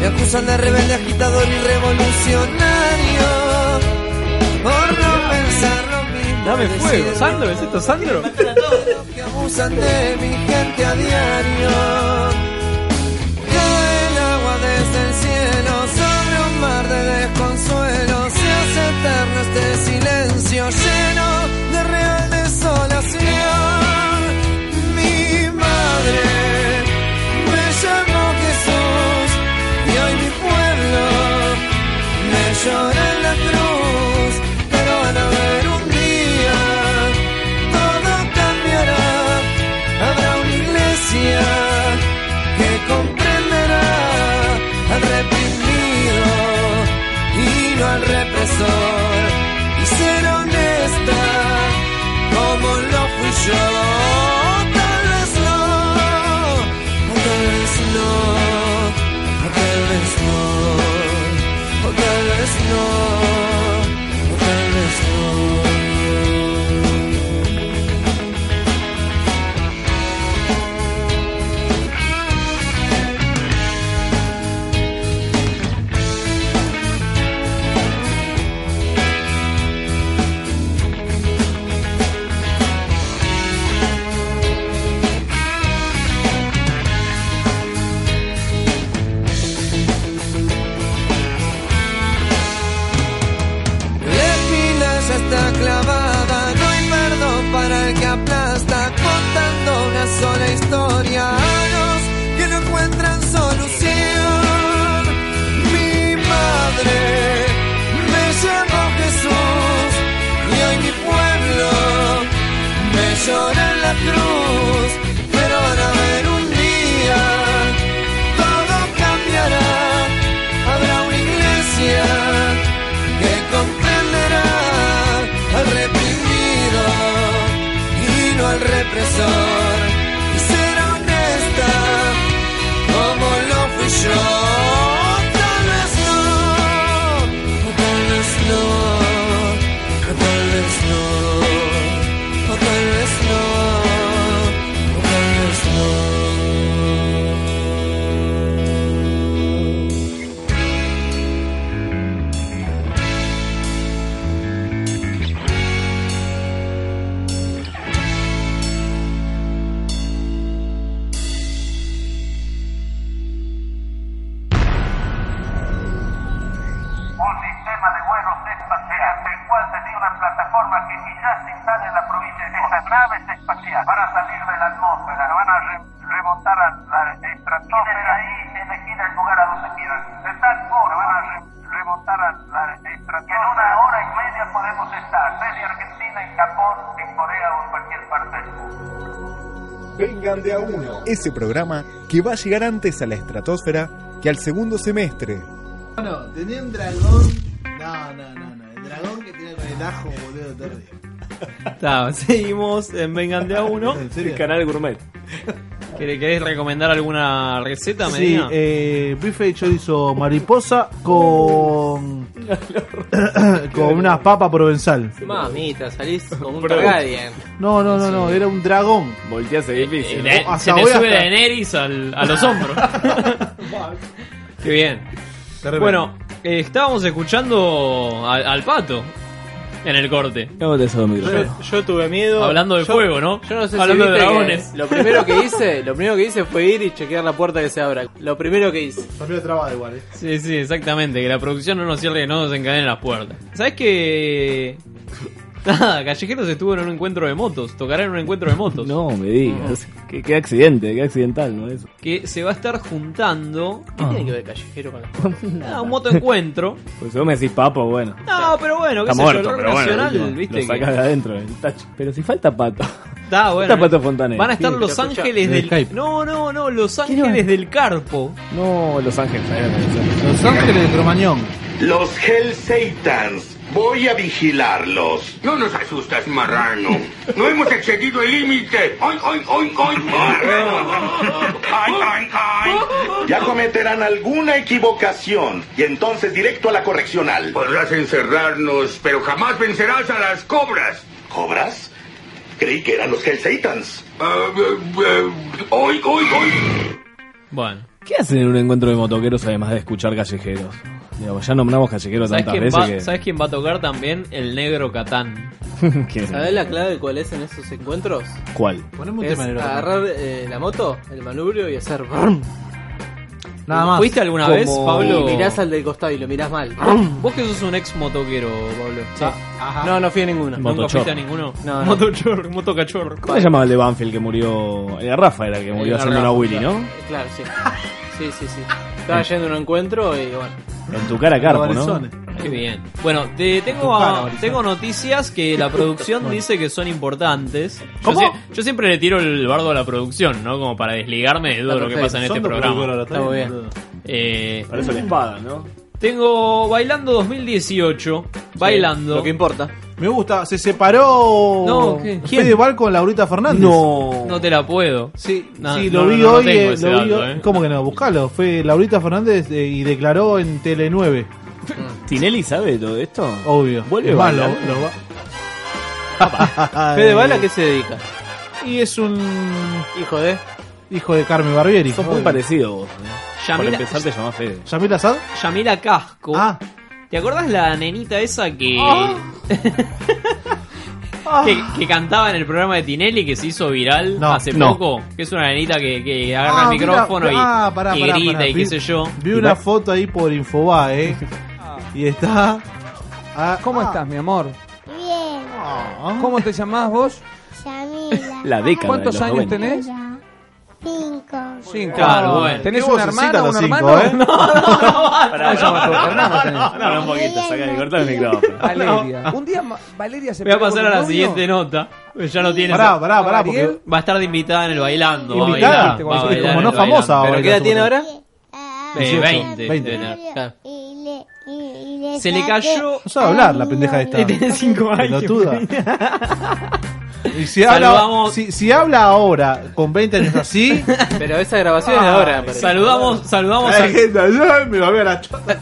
Speaker 19: Me acusan de rebelde, agitador y revolucionario, por no pensar lo mismo.
Speaker 8: Dame
Speaker 19: decir
Speaker 8: fuego, Sandro, ¿es esto Sandro?
Speaker 19: que abusan de mi gente a diario. Cae el agua desde el cielo sobre un mar de desconsuelo. Se hace eterno este silencio lleno de real desolación. Mi madre me llamó Jesús y hoy mi pueblo me llora en la cruz. Pero van a ver un día todo cambiará. Habrá una iglesia que comprenderá al reprimido y no al represor. Y será honesta como lo fui yo. Tal vez no, tal vez no, tal vez no, tal vez no, tal vez no. La espina ya está clavada, no hay perdón para el que aplasta, contando una sola historia a los que no encuentran solución. Mi madre me llamó Jesús y hoy mi pueblo me llora en la cruz, pero van a ver un día todo cambiará, habrá una iglesia que comprenderá al reprimido y no al represor y será honesta como lo fui yo. Tal vez no, tal vez no, tal vez no, tal vez no, tal vez no.
Speaker 20: Un sistema de vuelos espacial, el cual tenía una plataforma que quizás se instale en la provincia. Estas naves espaciales van a salir de la atmósfera, van a re- remontar a la estratosfera. Y desde ahí elegir el lugar a donde quieran. De tal forma van a re- remontar a la estratosfera. Que en una hora y media podemos estar desde Argentina, en Japón, en Corea o en cualquier parte del mundo.
Speaker 17: Vengan de a uno.
Speaker 21: Ese programa que va a llegar antes a la estratosfera que al segundo semestre.
Speaker 12: Bueno,
Speaker 1: Tenía un dragón. No, no, no, no. El dragón que tiene con el ajo, boludo, terrible.
Speaker 8: Está, seguimos en Vengan de a uno.
Speaker 12: serio? El
Speaker 8: canal Gourmet. ¿Querés recomendar alguna receta,
Speaker 12: Sí,
Speaker 8: Medina?
Speaker 12: eh, bife de chorizo mariposa con. con unas papas provenzal.
Speaker 9: Mamita, salís como un
Speaker 12: Pero-
Speaker 9: Targaryen.
Speaker 12: No, no, no, no, era un dragón. Voltease
Speaker 8: Eh,
Speaker 12: difícil.
Speaker 8: le- se te sube la Daenerys al- a los hombros. Qué bien.
Speaker 12: Terrible.
Speaker 8: Bueno, eh, estábamos escuchando al, al pato en el corte.
Speaker 9: Yo, yo tuve miedo.
Speaker 8: Hablando de
Speaker 9: Yo-
Speaker 8: fuego, ¿no?
Speaker 9: Yo no sé si
Speaker 8: Hablando de
Speaker 9: viste que
Speaker 8: dragones.
Speaker 9: Lo primero que hice, lo primero que hice fue ir y chequear la puerta que se abra. Lo primero que hice.
Speaker 12: Salió trabada igual, eh.
Speaker 8: Sí, sí, exactamente. Que la producción no nos cierre, no nos encadene las puertas. ¿Sabes que Nada, Callejeros estuvo en un encuentro de motos. Tocará en un encuentro de motos.
Speaker 13: No me digas. Qué, qué accidente, qué accidental, ¿no? Eso.
Speaker 8: Que se va a estar juntando.
Speaker 13: ¿Qué tiene que
Speaker 9: ver callejero con las
Speaker 8: Ah, un moto encuentro.
Speaker 13: Pues si vos me decís papo, bueno.
Speaker 8: No, pero bueno, qué
Speaker 13: Está
Speaker 8: sé
Speaker 13: muerto,
Speaker 8: yo, el rock
Speaker 13: pero bueno.
Speaker 8: nacional,
Speaker 13: último,
Speaker 8: viste
Speaker 13: Lo sacás
Speaker 8: que-
Speaker 13: de adentro del tacho. Pero si falta pato.
Speaker 8: Está bueno. eh.
Speaker 13: Está Pato Fontanero.
Speaker 8: Van a estar
Speaker 13: Sí,
Speaker 8: Los
Speaker 13: pero escuchá,
Speaker 8: Ángeles
Speaker 13: en
Speaker 8: del.
Speaker 13: Skype.
Speaker 8: No, no, no, Los Ángeles del Carpo.
Speaker 13: No, Los Ángeles.
Speaker 12: Los Ángeles de Cromañón.
Speaker 22: Los Hell Satans. Voy a vigilarlos. No nos asustas, marrano. No hemos excedido el límite. ¡Ay, ay, ay, ay! marrano! ¡Ay, ay, ay!
Speaker 18: Ya cometerán alguna equivocación y entonces directo a la correccional.
Speaker 22: Podrás encerrarnos, pero jamás vencerás a las cobras.
Speaker 18: ¿Cobras? Creí que eran los Hell Satans.
Speaker 22: Ah, eh, eh, ¡Ay, ay, ay!
Speaker 8: Bueno.
Speaker 13: ¿Qué hacen en un encuentro de motoqueros además de escuchar callejeros? Digamos, ya nombramos callejeros
Speaker 8: ¿Sabes
Speaker 13: tantas
Speaker 8: quién,
Speaker 13: veces
Speaker 8: va,
Speaker 13: que.
Speaker 8: sabés quién va a tocar también? El negro Catán.
Speaker 13: que-
Speaker 9: ¿Sabés la clave cuál es en esos encuentros?
Speaker 13: ¿Cuál?
Speaker 12: Ponemos
Speaker 9: Es agarrar eh, la moto, el manubrio y hacer. brum.
Speaker 8: Nada más. ¿Fuiste alguna vez, Pablo? Ah.
Speaker 9: Y mirás al del costado y lo mirás mal.
Speaker 8: Vos que sos un ex motoquero, Pablo. Ah,
Speaker 9: No, no fui a ninguna.
Speaker 8: ¿Nunca
Speaker 13: Motochorro.
Speaker 8: fuiste a ninguno?
Speaker 9: No, no.
Speaker 8: Motochorro, motocachorro.
Speaker 13: ¿Cómo se llamaba el de Banfield que murió? Eh, Rafa era el que murió
Speaker 9: Eh,
Speaker 13: haciendo una
Speaker 9: Rafa,
Speaker 13: Willy, ¿no?
Speaker 9: Claro, sí. Sí, sí, sí. Estaba yendo a un encuentro y bueno.
Speaker 13: En tu cara, Carpo, ¿no?
Speaker 8: Qué bien. Bueno, te tengo,
Speaker 9: Tucana,
Speaker 8: a-
Speaker 9: Barizal.
Speaker 8: tengo noticias que la producción
Speaker 9: Bueno.
Speaker 8: dice que son importantes. Yo, sie- yo siempre le tiro el bardo a la producción, ¿no? Como para desligarme de todo
Speaker 13: Está
Speaker 8: lo que
Speaker 13: perfecto.
Speaker 8: pasa en
Speaker 13: Son
Speaker 8: este
Speaker 13: dos
Speaker 8: programa.
Speaker 13: productoras, está Está bien, bien. boludo.
Speaker 8: Eh,
Speaker 13: Para eso la espada, ¿no?
Speaker 8: Tengo Bailando 2018. Bailando.
Speaker 9: lo que
Speaker 8: importa.
Speaker 12: Me gusta, se separó.
Speaker 8: No, ¿qué? ¿Quién?
Speaker 12: Fede Val con Laurita Fernández.
Speaker 8: No. No te la puedo. Sí,
Speaker 12: sí, lo vi hoy. eh, lo vi hoy- ¿Cómo que no? Buscalo. Fue Laurita Fernández eh, y declaró en Tele9.
Speaker 13: ¿Tinelli sabe de todo esto?
Speaker 12: Obvio.
Speaker 13: Vuelve
Speaker 12: Es más,
Speaker 13: Bala.
Speaker 12: lo- lo va- Eh,
Speaker 9: ¿Fede Bala a qué se dedica?
Speaker 12: Y es un.
Speaker 9: Hijo de.
Speaker 12: Hijo de Carmen Barbieri.
Speaker 9: Sos muy
Speaker 13: parecido vos.
Speaker 8: Yamila-
Speaker 13: Para empezar te llamás Fede.
Speaker 12: ¿Yamil Asad?
Speaker 8: Yamila Casco.
Speaker 12: Ah,
Speaker 8: ¿Te acordás la nenita esa que... que, que cantaba en el programa de Tinelli que se hizo viral hace
Speaker 12: No.
Speaker 8: poco? Que es una nenita que, que agarra
Speaker 12: Ah,
Speaker 8: el micrófono
Speaker 12: mira,
Speaker 8: y,
Speaker 12: ah, pará,
Speaker 8: y
Speaker 12: pará,
Speaker 8: grita
Speaker 12: pará.
Speaker 8: y
Speaker 12: Vi-
Speaker 8: qué sé yo.
Speaker 12: Vi una foto ahí por Infobae. Y está. Ah.
Speaker 16: ¿Cómo estás, Ah, mi amor?
Speaker 23: Bien.
Speaker 16: ¿Cómo te llamás vos?
Speaker 23: Yamila.
Speaker 13: La década
Speaker 16: ¿Cuántos
Speaker 13: de los
Speaker 16: años
Speaker 13: 90.
Speaker 16: tenés?
Speaker 23: Cinco.
Speaker 16: Cinco.
Speaker 13: Claro, bueno.
Speaker 16: Ah. ¿Tenés
Speaker 13: Qué
Speaker 16: una
Speaker 13: vocecita
Speaker 16: hermana o un
Speaker 13: los cinco,
Speaker 16: hermano?
Speaker 13: ¿eh?
Speaker 16: No,
Speaker 14: Ah,
Speaker 13: Pará,
Speaker 16: no,
Speaker 13: pará,
Speaker 16: no,
Speaker 13: pará,
Speaker 16: no,
Speaker 13: pará,
Speaker 14: eh.
Speaker 16: no,
Speaker 13: pará, un poquito, saca, cortá el micrófono.
Speaker 16: Valeria. Un día ma- Valeria se
Speaker 8: Voy a
Speaker 16: pega
Speaker 8: pasar
Speaker 16: con
Speaker 8: a
Speaker 16: un
Speaker 8: la
Speaker 16: novio.
Speaker 8: siguiente nota. pues Ya no tiene.
Speaker 16: Pará, pará, pará, porque-
Speaker 8: Ariel Va a estar de invitada en el bailando. va a
Speaker 16: Invitada,
Speaker 8: bailar,
Speaker 16: viste,
Speaker 8: va a
Speaker 16: como
Speaker 8: bailar
Speaker 16: no
Speaker 8: en el
Speaker 16: famosa
Speaker 8: Bailando.
Speaker 16: ahora, ¿Pero qué edad que tiene ahora?
Speaker 23: ah,
Speaker 8: Eh,
Speaker 16: 18,
Speaker 8: 20.
Speaker 16: 20.
Speaker 8: debe tener.
Speaker 23: Y le, y- y le
Speaker 8: Se le
Speaker 23: saqué-
Speaker 8: cayó.
Speaker 12: No sabe hablar la pendeja esta.
Speaker 8: Tiene 5 años.
Speaker 12: Pelotuda. Y si habla,
Speaker 8: Saludamos-
Speaker 12: si, si habla ahora con 20 años así.
Speaker 9: Pero esa grabación es
Speaker 12: Ah,
Speaker 9: ahora. parece.
Speaker 8: Saludamos, saludamos
Speaker 12: la
Speaker 8: a,
Speaker 12: gente, "Ay, me la veo a la chota".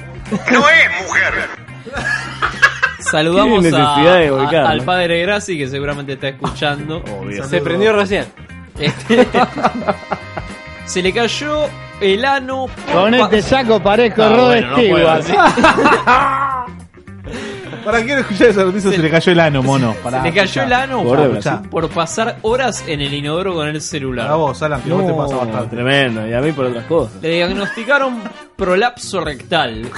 Speaker 8: saludamos
Speaker 13: Tiene
Speaker 8: a-
Speaker 13: necesidad de
Speaker 8: a-
Speaker 13: volcar,
Speaker 8: al
Speaker 13: ¿no?
Speaker 8: padre Graci que seguramente está escuchando.
Speaker 9: Se prendió recién.
Speaker 8: Este- se le cayó el ano.
Speaker 24: Con este saco parezco
Speaker 8: Ah,
Speaker 24: Rod
Speaker 8: bueno, no
Speaker 24: Stewart.
Speaker 8: puedo, sí.
Speaker 12: Para quiero escuchar esa noticia, se le cayó el ano, mono. Pará,
Speaker 8: Se le cayó
Speaker 12: escuchá.
Speaker 8: el ano
Speaker 12: Gordo,
Speaker 8: por,
Speaker 12: escuchá.
Speaker 8: por pasar horas en el inodoro con el celular.
Speaker 12: A vos, Alan, que vos te pasa
Speaker 13: No,
Speaker 12: bastante.
Speaker 13: tremendo. Y a mí por otras cosas.
Speaker 8: Le diagnosticaron prolapso rectal.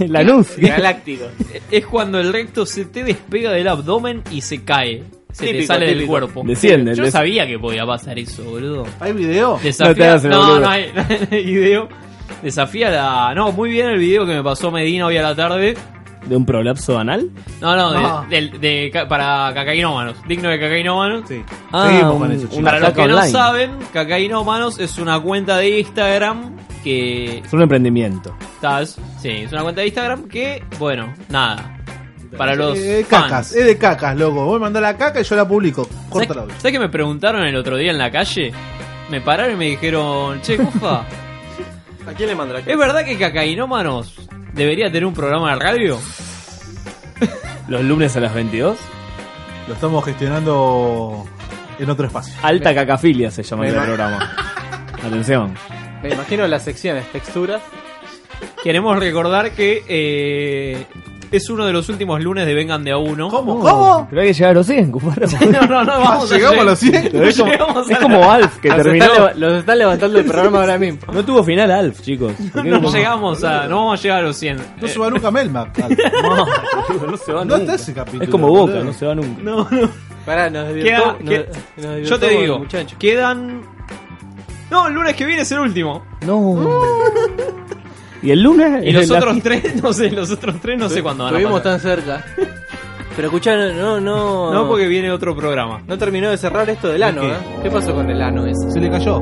Speaker 13: La luz.
Speaker 9: Galáctico.
Speaker 8: Es cuando el recto se te despega del abdomen y se cae. Se te
Speaker 9: Típico,
Speaker 8: sale del
Speaker 9: típico.
Speaker 8: cuerpo.
Speaker 13: Desciende,
Speaker 8: Yo
Speaker 13: des-
Speaker 8: sabía que podía pasar eso, boludo.
Speaker 12: ¿Hay video?
Speaker 13: No te
Speaker 8: Desafía...
Speaker 13: hagas el
Speaker 8: No, no,
Speaker 13: boludo.
Speaker 8: hay, no hay video. Desafía la... No, muy bien el video que me pasó Medina hoy a la tarde.
Speaker 13: ¿De un prolapso anal?
Speaker 8: No, no, de-
Speaker 13: No.
Speaker 8: del- de ca- para cacainómanos. Digno de cacainómanos. Sí.
Speaker 2: Ah,
Speaker 13: Seguimos con eso, chicos.
Speaker 8: Para los que
Speaker 13: Online.
Speaker 8: no saben, cacainómanos es una cuenta de Instagram que
Speaker 13: Es un emprendimiento.
Speaker 8: estás. Sí, es una cuenta de Instagram que, bueno, nada. Para los.
Speaker 12: Eh, de
Speaker 8: fans.
Speaker 12: cacas, es de cacas, loco. Voy a mandar la caca y yo la publico.
Speaker 8: ¿Sabes
Speaker 12: Corta la
Speaker 8: ¿sabes que me preguntaron el otro día en la calle? Me pararon y me dijeron, che, Cufa,
Speaker 9: ¿A quién le mandará?
Speaker 8: ¿es verdad que Cacainómanos debería tener un programa de radio?
Speaker 13: ¿Los lunes a las 22?
Speaker 12: Lo estamos gestionando en otro espacio.
Speaker 13: Alta cacafilia se llama
Speaker 9: Me
Speaker 13: el
Speaker 9: ma-
Speaker 13: programa. Atención.
Speaker 9: Me imagino las secciones, texturas.
Speaker 8: Queremos recordar que eh, es uno de los últimos lunes de Vengan de a uno. ¿Cómo?
Speaker 2: Oh. Pero hay que llegar a los 100, compadre.
Speaker 8: No, no, no, vamos a
Speaker 2: Llegamos
Speaker 8: llegar.
Speaker 2: a los 100.
Speaker 8: No
Speaker 2: Es como-
Speaker 8: llegamos
Speaker 2: es
Speaker 8: a
Speaker 2: como
Speaker 8: la-
Speaker 2: Alf, que
Speaker 8: Nos
Speaker 2: terminó.
Speaker 8: están leva-
Speaker 9: Los están levantando el programa ahora mismo.
Speaker 13: No tuvo final Alf, chicos.
Speaker 8: No llegamos a. No vamos a llegar a los 100.
Speaker 12: No se va nunca Melmac. Alf.
Speaker 13: no, se va
Speaker 12: No
Speaker 13: nunca.
Speaker 12: está ese capítulo.
Speaker 13: Es como Boca, no se va nunca.
Speaker 8: No, no.
Speaker 9: Pará, nos
Speaker 8: Queda-
Speaker 9: desvirtuó. nos-
Speaker 8: que-
Speaker 9: nos desvirtuó
Speaker 8: yo te
Speaker 9: con el
Speaker 8: digo,
Speaker 9: muchacho.
Speaker 8: quedan. No, el lunes que viene es el último.
Speaker 2: No. ¿Y el lunes?
Speaker 8: Y los otros tres, no sé, los otros tres no sé cuándo van a
Speaker 9: Estuvimos
Speaker 8: pasar.
Speaker 9: tan cerca. Pero escuchá, no, no.
Speaker 8: No, porque viene otro programa.
Speaker 9: No terminó de cerrar esto del ano,
Speaker 8: ¿Qué?
Speaker 9: ¿eh? ¿Qué pasó con el ano ese?
Speaker 12: Se le cayó.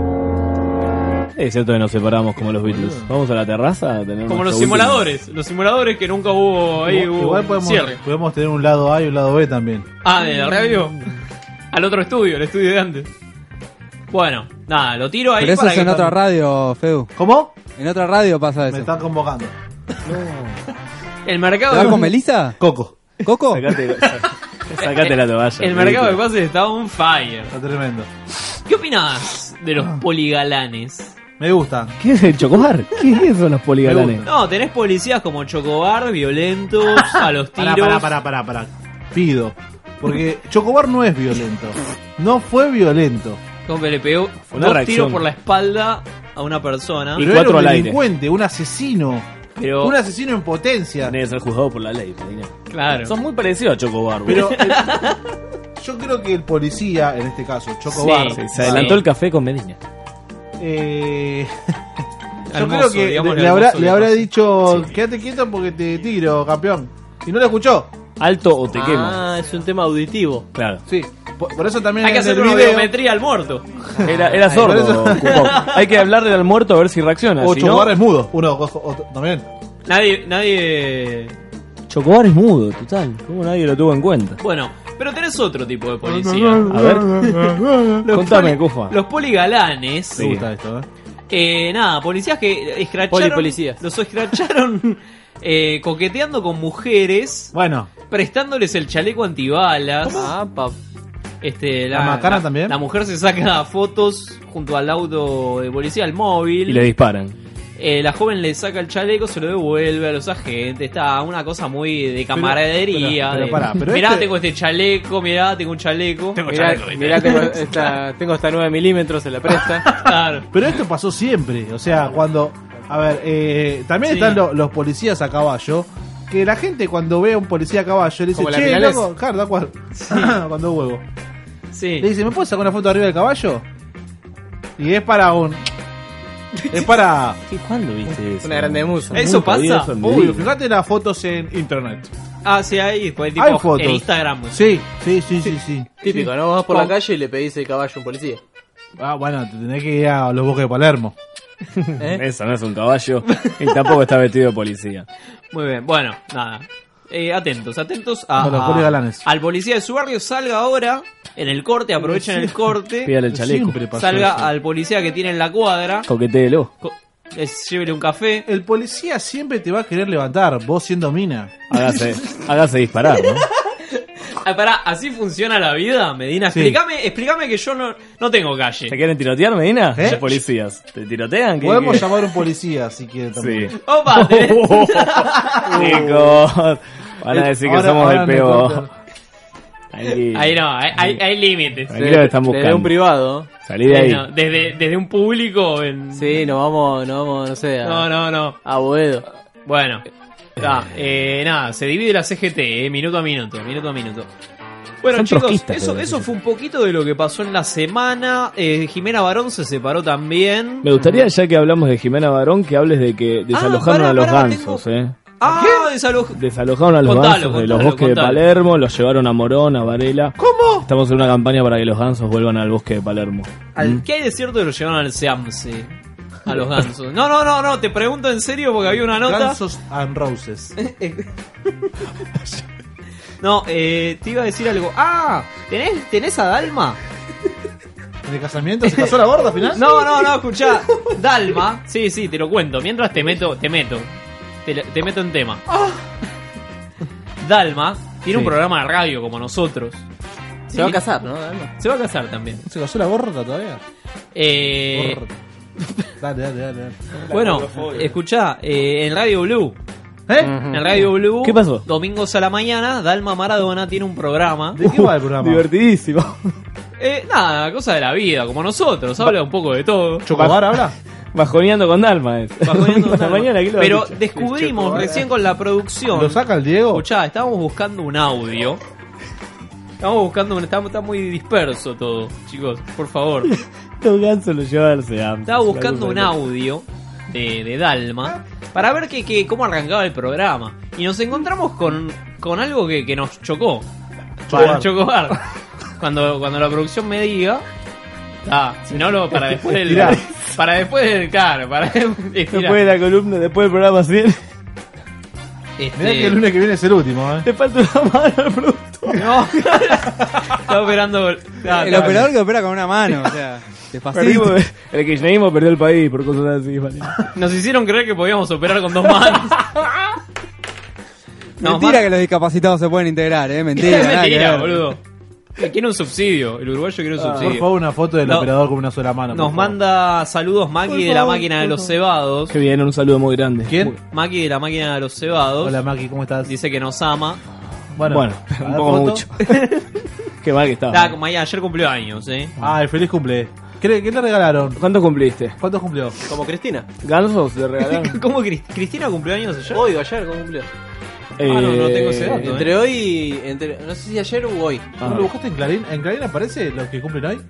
Speaker 13: Es cierto que nos separamos como los Beatles. Vamos a la terraza a tener nuestro
Speaker 8: Como los
Speaker 13: último-
Speaker 8: simuladores. Los simuladores que nunca hubo Oh, ahí. hubo
Speaker 12: Igual podemos,
Speaker 8: cierre.
Speaker 12: podemos tener un lado A y un lado B también.
Speaker 8: Ah, de la radio. Al otro estudio, el estudio de antes. Bueno, nada, lo tiro ahí
Speaker 16: Pero eso
Speaker 8: para
Speaker 16: es
Speaker 8: que
Speaker 16: en otra
Speaker 8: tan-
Speaker 16: radio, Feu.
Speaker 12: ¿Cómo?
Speaker 16: En otra radio pasa eso.
Speaker 12: Me están convocando.
Speaker 8: El
Speaker 16: ¿Te
Speaker 8: mercado
Speaker 16: vas
Speaker 8: de-
Speaker 16: con Melissa?
Speaker 12: Coco.
Speaker 16: ¿Coco?
Speaker 13: Sacate la toalla.
Speaker 8: El mercado de pases está on fire.
Speaker 12: Está tremendo. Ah.
Speaker 8: ¿Qué opinás de los poligalanes?
Speaker 12: Me gustan.
Speaker 2: ¿Qué es el chocobar? ¿Qué son los poligalanes?
Speaker 8: No, tenés policías como Chocobar, violentos, a los
Speaker 12: Pará,
Speaker 8: tiros.
Speaker 12: pará, pará, pará, pará. Pido. Porque Chocobar no es violento. No fue violento.
Speaker 8: Como que le pegó
Speaker 12: Fue una
Speaker 8: dos
Speaker 12: reacción.
Speaker 8: tiros por la espalda a una persona.
Speaker 12: Pero era un delincuente, un asesino.
Speaker 8: Pero-
Speaker 12: Un asesino en potencia.
Speaker 13: Tiene que ser juzgado por la ley, pues, Medina.
Speaker 8: Claro.
Speaker 13: Sos muy parecido a Chocobar,
Speaker 12: Pero
Speaker 13: boludo.
Speaker 12: el- yo creo que el policía, en este caso, Chocobar,
Speaker 13: Sí, se adelantó el café con Medina.
Speaker 12: Eh, yo creo
Speaker 13: Al mozo,
Speaker 12: que
Speaker 13: digamos,
Speaker 12: le,
Speaker 13: al
Speaker 12: habrá,
Speaker 13: mozo
Speaker 12: le
Speaker 13: le
Speaker 12: habrá
Speaker 13: pasa.
Speaker 12: dicho, quédate quieto porque te tiro, campeón. Y no lo escuchó.
Speaker 13: Alto o te
Speaker 12: quemo.
Speaker 9: Ah, es un tema auditivo.
Speaker 13: Claro.
Speaker 12: Sí. Por, por eso también
Speaker 8: Hay que
Speaker 12: en
Speaker 8: hacer
Speaker 12: el
Speaker 8: una
Speaker 12: video-
Speaker 8: biometría al muerto.
Speaker 13: Era, era
Speaker 12: Ay, por
Speaker 13: sordo.
Speaker 12: eso-
Speaker 13: Cupo. Hay que hablarle al muerto a ver si reacciona.
Speaker 12: O
Speaker 13: si
Speaker 12: Chocobar
Speaker 13: no-
Speaker 12: es mudo. Uno, ojo, otro, también.
Speaker 8: Ah, Nadie, nadie.
Speaker 13: Chocobar es mudo, total. ¿Cómo nadie lo tuvo en cuenta?
Speaker 8: Bueno, pero tenés otro tipo de policía.
Speaker 13: A ver.
Speaker 8: Los
Speaker 13: Contame,
Speaker 8: poli-
Speaker 13: Cufa.
Speaker 8: Los poligalanes.
Speaker 13: Me gusta
Speaker 12: esto, ¿eh?
Speaker 8: Eh, nada, policías que escracharon.
Speaker 9: Polipolicías.
Speaker 8: Los escracharon eh, coqueteando con mujeres.
Speaker 12: Bueno.
Speaker 8: Prestándoles el chaleco antibalas. Este, la,
Speaker 12: ¿La macana
Speaker 8: la-
Speaker 12: también?
Speaker 8: La mujer se saca fotos junto al auto de policía, al móvil.
Speaker 13: Y le disparan.
Speaker 8: Eh, la joven le saca el chaleco, se lo devuelve a los agentes. Está una cosa muy de camaradería.
Speaker 9: pero
Speaker 8: de,
Speaker 9: pará, pero
Speaker 8: mirá,
Speaker 9: este-
Speaker 8: tengo este chaleco, mirá, tengo un chaleco.
Speaker 9: Mirá, mirá, tengo esta, tengo esta 9 milímetros, se la presta.
Speaker 12: Pero esto pasó siempre. O sea, cuando. A ver, eh, también
Speaker 9: Sí.
Speaker 12: están lo- los policías a caballo. Que la gente cuando ve a un policía a caballo le dice,
Speaker 8: Como la
Speaker 12: che,
Speaker 8: milanesa".
Speaker 12: loco, claro, da cual. cuando huevo.
Speaker 8: Sí.
Speaker 12: Le dice, ¿me puedes sacar una foto arriba del caballo? Y es para un. Es para.
Speaker 13: ¿Cuándo viste eso?
Speaker 9: Una grande musa.
Speaker 8: ¿Eso Nunca vi pasa? eso en mi
Speaker 12: Uy,
Speaker 8: vida.
Speaker 12: fíjate las fotos en internet.
Speaker 8: Ah, sí, ahí, pues, tipo,
Speaker 12: Hay fotos.
Speaker 8: en Instagram. pues.
Speaker 12: Sí, sí, sí, sí. sí.
Speaker 9: Típico,
Speaker 12: Sí.
Speaker 9: ¿no? Vas por la
Speaker 12: Oh.
Speaker 9: calle y le pedís el caballo a un policía.
Speaker 12: Ah, bueno, te tenés que ir a los bosques de Palermo.
Speaker 8: ¿eh?
Speaker 13: Eso no es un caballo. Y tampoco está vestido de policía.
Speaker 8: Muy bien, bueno, nada. Eh, atentos, atentos a,
Speaker 13: A los
Speaker 8: a-
Speaker 13: poligalanes.
Speaker 8: al policía de su barrio. Salga ahora en el corte, aprovechen el corte.
Speaker 13: Pídale el chaleco. Siempre pasó
Speaker 8: Salga
Speaker 13: eso.
Speaker 8: al policía que tiene en la cuadra.
Speaker 13: Coqueteelo.
Speaker 8: co- les- llévele un café.
Speaker 12: El policía siempre te va a querer levantar, vos siendo mina.
Speaker 13: Hágase, hágase disparar, ¿no?
Speaker 8: Ah, pará, así funciona la vida, Medina.
Speaker 13: Sí.
Speaker 8: Explícame, explícame que yo no, no tengo calle.
Speaker 13: ¿Te quieren tirotear, Medina? Los policías. ¿Te tirotean? ¿Qué-
Speaker 12: ¿Eh? Podemos
Speaker 13: qué?
Speaker 12: llamar a un policía si quiere también.
Speaker 13: Sí.
Speaker 8: Opa, tenés-
Speaker 13: Chicos, van a decir que
Speaker 12: Eh, Ahora-
Speaker 13: somos
Speaker 12: ahora
Speaker 13: el
Speaker 12: me
Speaker 13: peor.
Speaker 12: cortan.
Speaker 13: Ahí,
Speaker 8: Ahí no, hay, hay- hay límites.
Speaker 13: Tranquilo que están buscando.
Speaker 9: privado.
Speaker 13: Salí de ahí.
Speaker 8: No, desde, desde un público en...
Speaker 9: Sí, nos vamos, nos vamos, no sé. A,
Speaker 8: No, no, no.
Speaker 9: A Boedo.
Speaker 8: Bueno, está, eh, nada, se divide la CGT, eh, minuto a minuto, minuto a minuto. Bueno,
Speaker 9: Son
Speaker 8: chicos,
Speaker 9: trotskistas,
Speaker 8: eso,
Speaker 9: pero
Speaker 8: eso fue un poquito de lo que pasó en la semana. Eh, Jimena Barón se separó también.
Speaker 13: Me gustaría, ya que hablamos de Jimena Barón, que hables de
Speaker 16: Ah,
Speaker 13: que desalojaron
Speaker 8: pará,
Speaker 13: a los
Speaker 8: pará,
Speaker 13: gansos, ¿eh?
Speaker 8: Ah, desalojó.
Speaker 13: Desalojaron a los
Speaker 8: Contalo,
Speaker 13: gansos de los
Speaker 8: contalo,
Speaker 13: bosques
Speaker 8: contalo.
Speaker 13: de Palermo, los llevaron a Morón, a Varela. ¿Cómo? Estamos en una campaña para que los gansos vuelvan al bosque de Palermo.
Speaker 8: Al- ¿Qué hay de cierto que lo llevaron al SEAMSE? a los gansos. No, no, no, no, te pregunto en serio porque había una nota.
Speaker 12: Gansos and Roses.
Speaker 8: No, eh, te iba a decir algo. ¡Ah! ¿Tenés, tenés a Dalma?
Speaker 12: ¿En el casamiento se casó la gorda al final?
Speaker 8: No, no, no, escuchá. Dalma. Sí, sí, te lo cuento. Mientras te meto, te meto. Te, lo- te meto en tema. Dalma tiene un
Speaker 9: Sí.
Speaker 8: programa de radio como nosotros.
Speaker 9: Se va a casar, ¿no? Dalma?
Speaker 8: Se va a casar también.
Speaker 12: ¿Se casó la gorda todavía?
Speaker 8: Eh,
Speaker 12: Gorda. Dale, dale, dale. dale.
Speaker 8: bueno, escuchá, eh, en Radio Blue. En Radio Blue,
Speaker 13: ¿Qué pasó?
Speaker 8: domingos a la mañana, Dalma Maradona tiene un programa.
Speaker 12: ¿De qué va el programa?
Speaker 13: Divertidísimo.
Speaker 8: Eh, nada, cosa de la vida, como nosotros, habla un poco de todo.
Speaker 13: Chocobar habla. Bajoneando con Dalma. Es. Bajoneando con Dalma. Mañana, ¿qué lo
Speaker 8: Pero
Speaker 13: has dicho?
Speaker 8: descubrimos recién con la producción.
Speaker 12: ¿Lo saca el Diego?
Speaker 8: Escuchá, estábamos buscando un audio. Estamos buscando un. Está, está muy disperso todo, chicos, por favor.
Speaker 13: Los gansos lo llevarse a.
Speaker 8: Estaba buscando un
Speaker 13: una
Speaker 8: audio de, de Dalma para ver que, que- cómo arrancaba el programa. Y nos encontramos con, con algo que, que nos chocó.
Speaker 9: Chocobar.
Speaker 8: Con Chocobar. Cuando, cuando la producción me diga. Ah, si no lo para después del.
Speaker 13: Estirá.
Speaker 8: Para después del. Claro, para estirá.
Speaker 13: Después de la columna, después del programa 100.
Speaker 8: Este-
Speaker 12: Mirá que el lunes que viene es el último, ¿eh?
Speaker 13: Te falta una mano al producto.
Speaker 8: No. Estaba operando. Ah,
Speaker 14: El
Speaker 8: está
Speaker 14: operador
Speaker 8: bien.
Speaker 14: que opera con una mano, o sea, despacito.
Speaker 13: Perdimos- el kirchnerismo perdió el país por cosas así. vale.
Speaker 8: Nos hicieron creer que podíamos operar con dos manos. No,
Speaker 14: Mentira que los discapacitados se pueden integrar, eh, mentira.
Speaker 8: es
Speaker 14: nada que
Speaker 8: mentira,
Speaker 14: ver.
Speaker 8: boludo. Quiere un subsidio. El uruguayo quiere un
Speaker 13: Ah,
Speaker 8: subsidio.
Speaker 12: Por favor, una foto del
Speaker 8: No,
Speaker 12: operador con una sola mano.
Speaker 8: Nos manda saludos Maki de la máquina de los cebados.
Speaker 13: Qué bien, un saludo muy grande.
Speaker 12: ¿Quién?
Speaker 8: Maki de la máquina de los cebados. Hola
Speaker 12: Maki, ¿cómo estás?
Speaker 8: Dice que nos ama.
Speaker 12: Bueno,
Speaker 13: Bueno,
Speaker 12: a
Speaker 13: un
Speaker 12: ver,
Speaker 13: poco
Speaker 12: foto.
Speaker 13: mucho. Qué mal que estaba.
Speaker 8: Está como ahí, ayer cumplió años, eh.
Speaker 12: Ay, feliz cumple. ¿Qué, qué le regalaron?
Speaker 13: ¿Cuánto cumpliste?
Speaker 12: ¿Cuánto cumplió?
Speaker 8: Como Cristina.
Speaker 13: ¿Gansos le regalaron?
Speaker 8: ¿Cómo Cris- Cristina cumplió años ayer? Ah,
Speaker 9: Hoy o ayer, ¿cómo cumplió?
Speaker 13: Eh,
Speaker 8: no, no tengo ese dato, eh. Ah.
Speaker 9: Entre hoy y. Entre, no sé si ayer o hoy.
Speaker 12: ¿No lo buscaste en Clarín? ¿En Clarín aparece los que cumplen hoy?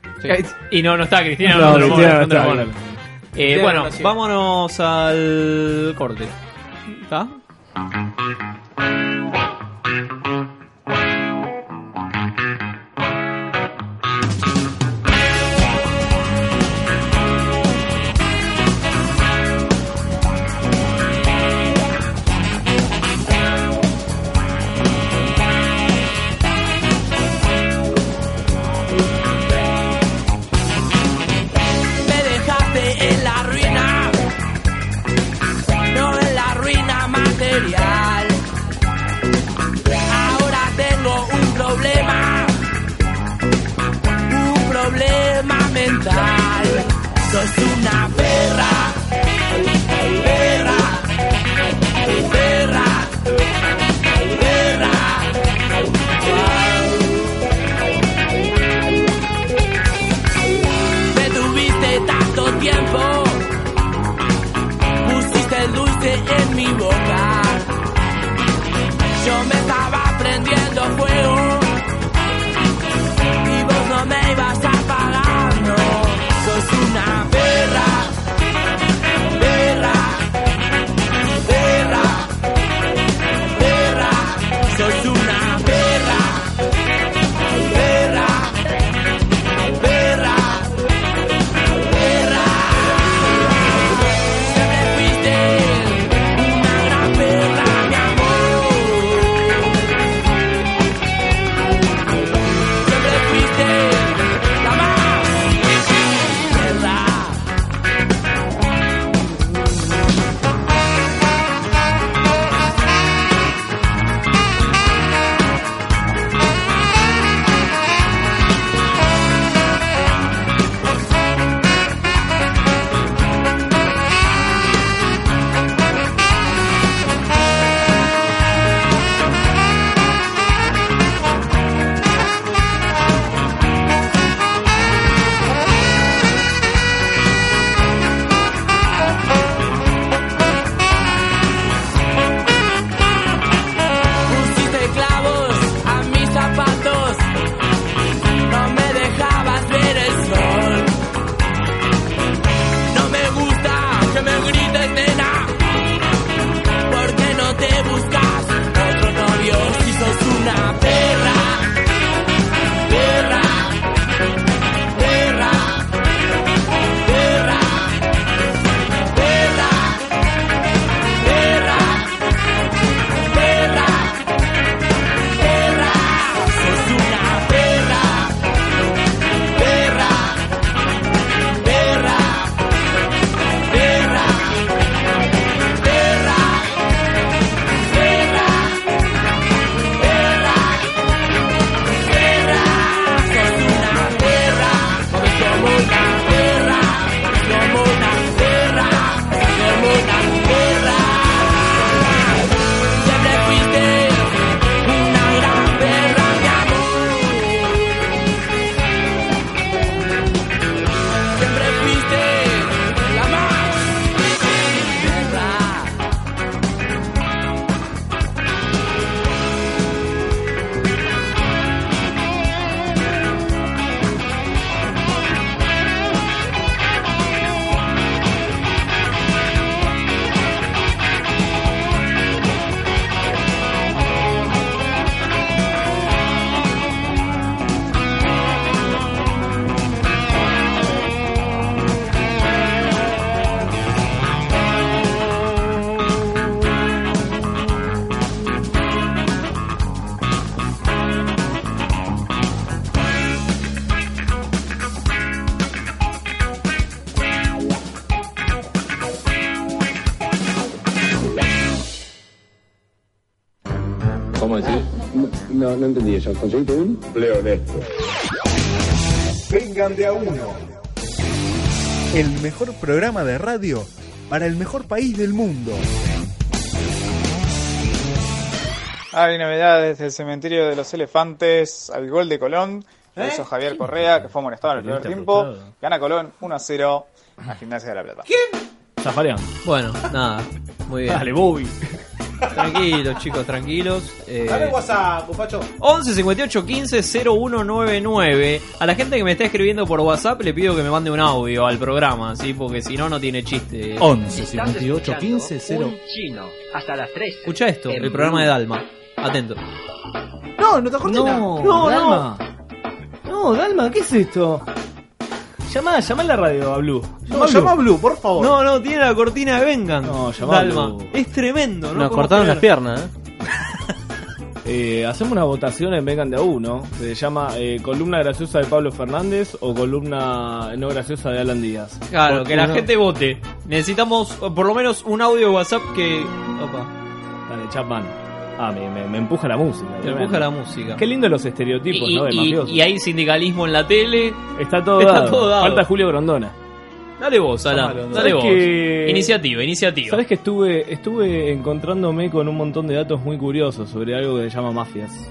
Speaker 8: Y no, no está Cristina,
Speaker 12: No,
Speaker 8: no, no,
Speaker 12: Cristina no
Speaker 8: no,
Speaker 12: está,
Speaker 8: no, no.
Speaker 12: claro.
Speaker 8: Eh,
Speaker 9: Cristina
Speaker 8: Bueno,
Speaker 9: no nació.
Speaker 8: vámonos al corte. ¿Está?
Speaker 25: Me dejaste en la ruina, no en la ruina material.
Speaker 3: vamos a decir? No, no entendí eso. ¿Conseguiste un? Leonesto.
Speaker 21: Vengan de a uno. El mejor programa de radio para el mejor país del mundo.
Speaker 14: Hay novedades del cementerio de los elefantes al gol de Colón.
Speaker 8: ¿Eh?
Speaker 14: Lo hizo Javier Correa, que fue molestado en el primer tiempo. Gana Colón 1 0 a Gimnasia de la Plata.
Speaker 8: Zafarian. Bueno, nada. Muy bien. Dale, Bobby. Tranquilos, chicos, tranquilos. Eh,
Speaker 1: Dale WhatsApp, muchacho.
Speaker 8: 11 58 15 0199. A la gente que me está escribiendo por WhatsApp le pido que me mande un audio al programa, ¿sí? Porque si no, no tiene chiste.
Speaker 12: 11 58 15
Speaker 8: 0.
Speaker 4: chino. Hasta las 3.
Speaker 8: Escucha esto, el programa de Dalma. Atento.
Speaker 4: No, no te acuerdas.
Speaker 9: No,
Speaker 4: no,
Speaker 9: Dalma. No, Dalma, ¿qué es esto? Llamá, llamá a la radio a Blue.
Speaker 8: No, llama a
Speaker 9: Blue, por favor.
Speaker 8: No, no, tiene la cortina de Vengan. No,
Speaker 9: llamá a
Speaker 8: Dalma.
Speaker 9: Blue.
Speaker 8: Es tremendo, ¿no?
Speaker 9: Nos
Speaker 8: Podemos
Speaker 9: cortaron
Speaker 8: creer.
Speaker 9: las piernas, ¿eh?
Speaker 13: Eh, hacemos una votación en Vengan de a uno. Se llama eh, columna graciosa de Pablo Fernández o columna no graciosa de Alan Díaz.
Speaker 8: Claro, que la
Speaker 13: Porque-
Speaker 8: gente vote. Necesitamos eh, por lo menos un audio de WhatsApp que. Opa,
Speaker 13: Dale, Chapman. Ah, me, me- me empuja la música.
Speaker 8: te
Speaker 13: tremendo.
Speaker 8: empuja la música.
Speaker 13: Qué lindo los estereotipos,
Speaker 8: y,
Speaker 13: ¿no? De
Speaker 8: y-
Speaker 13: mafiosos.
Speaker 8: y hay sindicalismo en la tele.
Speaker 13: Está todo,
Speaker 8: Está
Speaker 13: dado.
Speaker 8: todo dado.
Speaker 13: Falta Julio Grondona.
Speaker 8: Dale vos, Alan.
Speaker 13: Llamalo,
Speaker 8: Dale
Speaker 13: ¿no?
Speaker 8: vos.
Speaker 13: Que-
Speaker 8: Iniciativa, iniciativa.
Speaker 13: Sabes que estuve estuve encontrándome con un montón de datos muy curiosos sobre algo que se llama mafias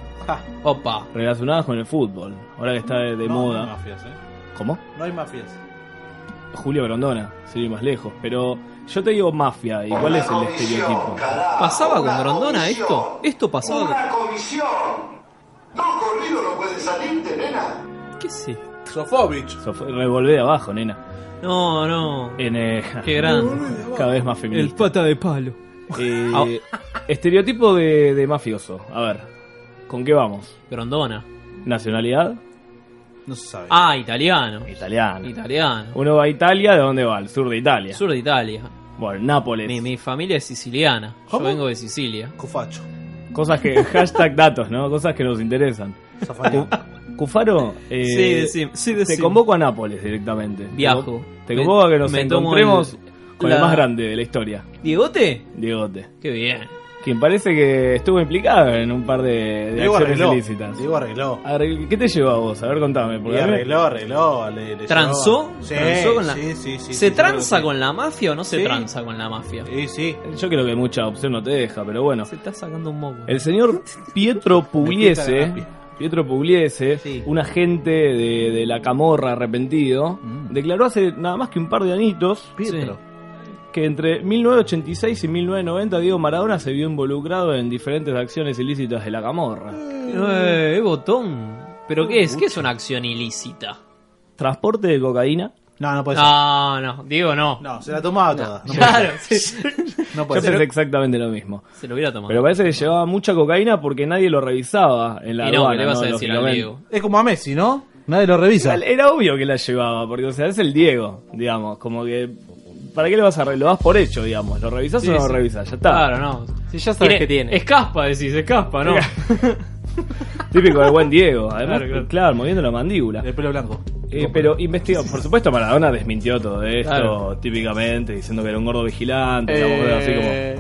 Speaker 8: Opa.
Speaker 13: relacionadas con el fútbol. Ahora que está de, de moda.
Speaker 12: mafias, ¿eh?
Speaker 13: ¿Cómo?
Speaker 12: No hay mafias.
Speaker 13: Julio Grondona, sin ir más lejos. Pero yo te digo mafia, ¿y cuál es el estereotipo?
Speaker 8: ¿Pasaba con Grondona esto? Esto pasaba con.
Speaker 22: comisión! ¡No corrido no puede salirte, nena!
Speaker 8: ¿Qué sé?
Speaker 1: Sofovich.
Speaker 13: Eso fue- Revolvé abajo, nena.
Speaker 8: No, no.
Speaker 13: En, eh,
Speaker 8: Qué grande.
Speaker 13: Cada vez más feminista.
Speaker 8: pata de palo.
Speaker 13: Eh, estereotipo de, de mafioso. A ver, ¿con qué vamos?
Speaker 8: Grondona.
Speaker 13: Nacionalidad
Speaker 12: No se sabe.
Speaker 8: Ah, italiano.
Speaker 13: Italiano.
Speaker 8: Italiano.
Speaker 13: Uno va a Italia, ¿de dónde va? Al sur de Italia.
Speaker 8: Sur de Italia.
Speaker 13: Bueno, Nápoles.
Speaker 8: Mi, mi familia es siciliana. Yo vengo de Sicilia.
Speaker 12: Cofacho.
Speaker 13: Cosas que. hashtag datos, ¿no? Cosas que nos interesan.
Speaker 12: Zafarian.
Speaker 13: Cu- Cufaro, eh,
Speaker 8: Sí, decim- sí, decim.
Speaker 13: te convoco a Nápoles directamente.
Speaker 8: Viajo.
Speaker 13: Te convoco a que nos
Speaker 8: Me- me tomo
Speaker 13: encontremos con
Speaker 8: la-
Speaker 13: el más grande de la historia,
Speaker 8: ¿Diegote?
Speaker 13: Diegote.
Speaker 8: Qué bien.
Speaker 13: Quien parece que estuvo implicado en un par de, de
Speaker 12: Diego
Speaker 13: acciones
Speaker 12: arregló.
Speaker 13: ilícitas.
Speaker 12: Diego arregló.
Speaker 13: Arregl- ¿Qué te llevó a vos? A ver, contame.
Speaker 12: Y
Speaker 13: porque a mí-
Speaker 12: arregló, arregló. Le, le
Speaker 8: ¿Transó?
Speaker 12: llevó- Sí,
Speaker 8: ¿Transó con la-
Speaker 12: sí, sí, sí,
Speaker 8: ¿Se
Speaker 12: sí,
Speaker 8: tranza
Speaker 12: seguro
Speaker 8: con la mafia o no se
Speaker 12: Sí.
Speaker 8: tranza con la mafia?
Speaker 12: que Sí, sí.
Speaker 13: Yo creo que mucha opción no te deja, pero bueno.
Speaker 8: Se está sacando un moco.
Speaker 13: El señor Pietro
Speaker 8: Me
Speaker 13: Pugliese,
Speaker 8: pica la
Speaker 13: Pietro Pugliese, un agente de, de la camorra arrepentido,
Speaker 8: Mm.
Speaker 13: declaró hace nada más que un par de añitos
Speaker 12: Pietro.
Speaker 13: que entre 1986 y 1990 Diego Maradona se vio involucrado en diferentes acciones ilícitas de la camorra.
Speaker 8: Eh, botón. ¿Pero qué es? ¿Qué es una acción ilícita?
Speaker 13: Transporte de cocaína.
Speaker 12: No, no puede ser.
Speaker 8: No, no, Diego no.
Speaker 12: No, se la tomaba toda. No puede
Speaker 8: Claro,
Speaker 12: ser.
Speaker 8: sí.
Speaker 12: No
Speaker 13: Yo
Speaker 12: puede ser.
Speaker 13: pensé exactamente lo mismo.
Speaker 8: se lo hubiera tomado.
Speaker 13: Pero parece que llevaba mucha cocaína porque nadie lo revisaba en la
Speaker 8: y no, ¿qué
Speaker 13: aduana.
Speaker 8: le vas
Speaker 13: ¿no?
Speaker 8: a decir al
Speaker 13: Lógicamente.
Speaker 8: Diego?
Speaker 12: Es como a Messi, ¿no? Nadie lo revisa.
Speaker 13: Era, era obvio que la llevaba, porque, o sea, es el Diego, digamos. Como que. ¿Para qué le vas a re- Lo das por hecho, digamos. ¿Lo revisás
Speaker 8: Sí,
Speaker 13: o no
Speaker 8: sí.
Speaker 13: lo revisás? Ya está.
Speaker 8: Claro, no.
Speaker 9: Si ya sabes que tiene.
Speaker 8: Es caspa, decís, es caspa, ¿no?
Speaker 13: Típico del buen Diego. Además,
Speaker 8: Claro,
Speaker 13: claro,
Speaker 8: claro.
Speaker 13: moviendo la mandíbula.
Speaker 12: El pelo blanco.
Speaker 13: Eh, pero investigó. Por supuesto, Maradona desmintió todo esto,
Speaker 12: Claro.
Speaker 13: típicamente, diciendo que era un gordo vigilante. una
Speaker 12: Eh,
Speaker 13: cosa así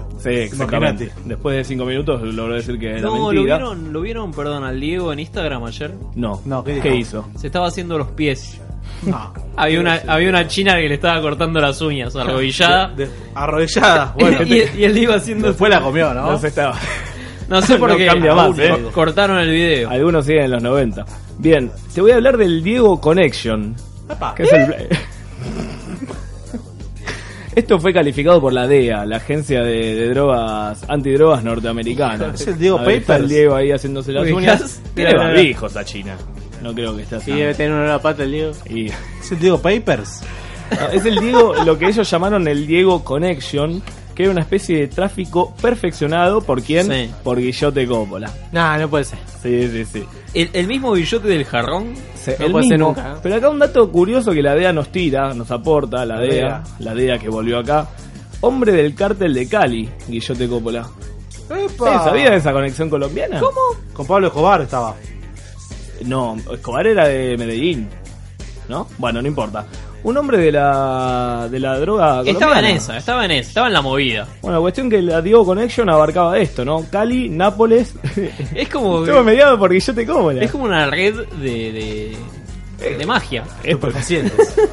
Speaker 13: como. Sí, exactamente.
Speaker 12: imagínate.
Speaker 13: Después de cinco minutos logró decir que era
Speaker 8: No, lo
Speaker 13: mentira.
Speaker 8: vieron, lo vieron, perdón, al Diego en Instagram ayer.
Speaker 13: No.
Speaker 12: No, ¿qué
Speaker 13: ¿qué,
Speaker 12: dijo? Ah.
Speaker 13: hizo?
Speaker 8: Se estaba haciendo los pies.
Speaker 12: No.
Speaker 8: Había una, había una china que le estaba cortando las uñas, arrodillada.
Speaker 12: De- arrodillada. Bueno,
Speaker 8: y, y él iba haciendo.
Speaker 12: después la comió, ¿no?
Speaker 13: No se estaba.
Speaker 8: No sé por
Speaker 13: No
Speaker 8: qué.
Speaker 13: cambia más,
Speaker 8: co-
Speaker 13: eh.
Speaker 8: Cortaron el video.
Speaker 13: Algunos siguen en los 90. Bien, te voy a hablar del Diego Connection. que es el- Esto fue calificado por la DEA, la agencia de, de drogas, antidrogas norteamericana.
Speaker 12: Es el Diego
Speaker 13: A ver, está
Speaker 12: Papers.
Speaker 13: el Diego ahí haciéndose las
Speaker 9: Ubicás.
Speaker 13: uñas. Tiene
Speaker 9: Mira, mira, mira.
Speaker 13: barbijos a China. No creo que esté así.
Speaker 9: Sí, debe tener una pata el Diego.
Speaker 13: Y-
Speaker 12: Es el Diego Papers.
Speaker 13: no, es el Diego, lo que ellos llamaron el Diego Connection, que era una especie de tráfico perfeccionado por quién?
Speaker 8: Sí.
Speaker 13: Por Guillote Coppola.
Speaker 9: No, no puede ser.
Speaker 13: Sí, sí, sí.
Speaker 8: El, el mismo billete del jarrón.
Speaker 13: Se-
Speaker 8: No
Speaker 13: el
Speaker 8: puede ser
Speaker 13: mismo.
Speaker 8: nunca, ¿eh?
Speaker 13: Pero acá un dato curioso que la DEA nos tira, nos aporta, la,
Speaker 12: La
Speaker 8: E
Speaker 13: DEA,
Speaker 12: DEA.
Speaker 13: la DEA que volvió acá. Hombre del cártel de Cali, Guillote Coppola.
Speaker 12: ¡Epa!
Speaker 13: Eh, ¿Sabías de esa conexión colombiana?
Speaker 8: ¿Cómo?
Speaker 12: Con Pablo Escobar estaba.
Speaker 13: No, Escobar era de Medellín. ¿No? Bueno, no importa. Un hombre de la, de la droga.
Speaker 8: Estaba en
Speaker 13: colombiana.
Speaker 8: esa, estaba en esa, estaba en la movida.
Speaker 13: Bueno, la cuestión que la Diego Connection abarcaba esto, ¿no? Cali, Nápoles.
Speaker 8: Es como.
Speaker 13: Estuvo mediado porque yo te como la.
Speaker 8: Es como una red de.
Speaker 13: Eh,
Speaker 8: de, de magia.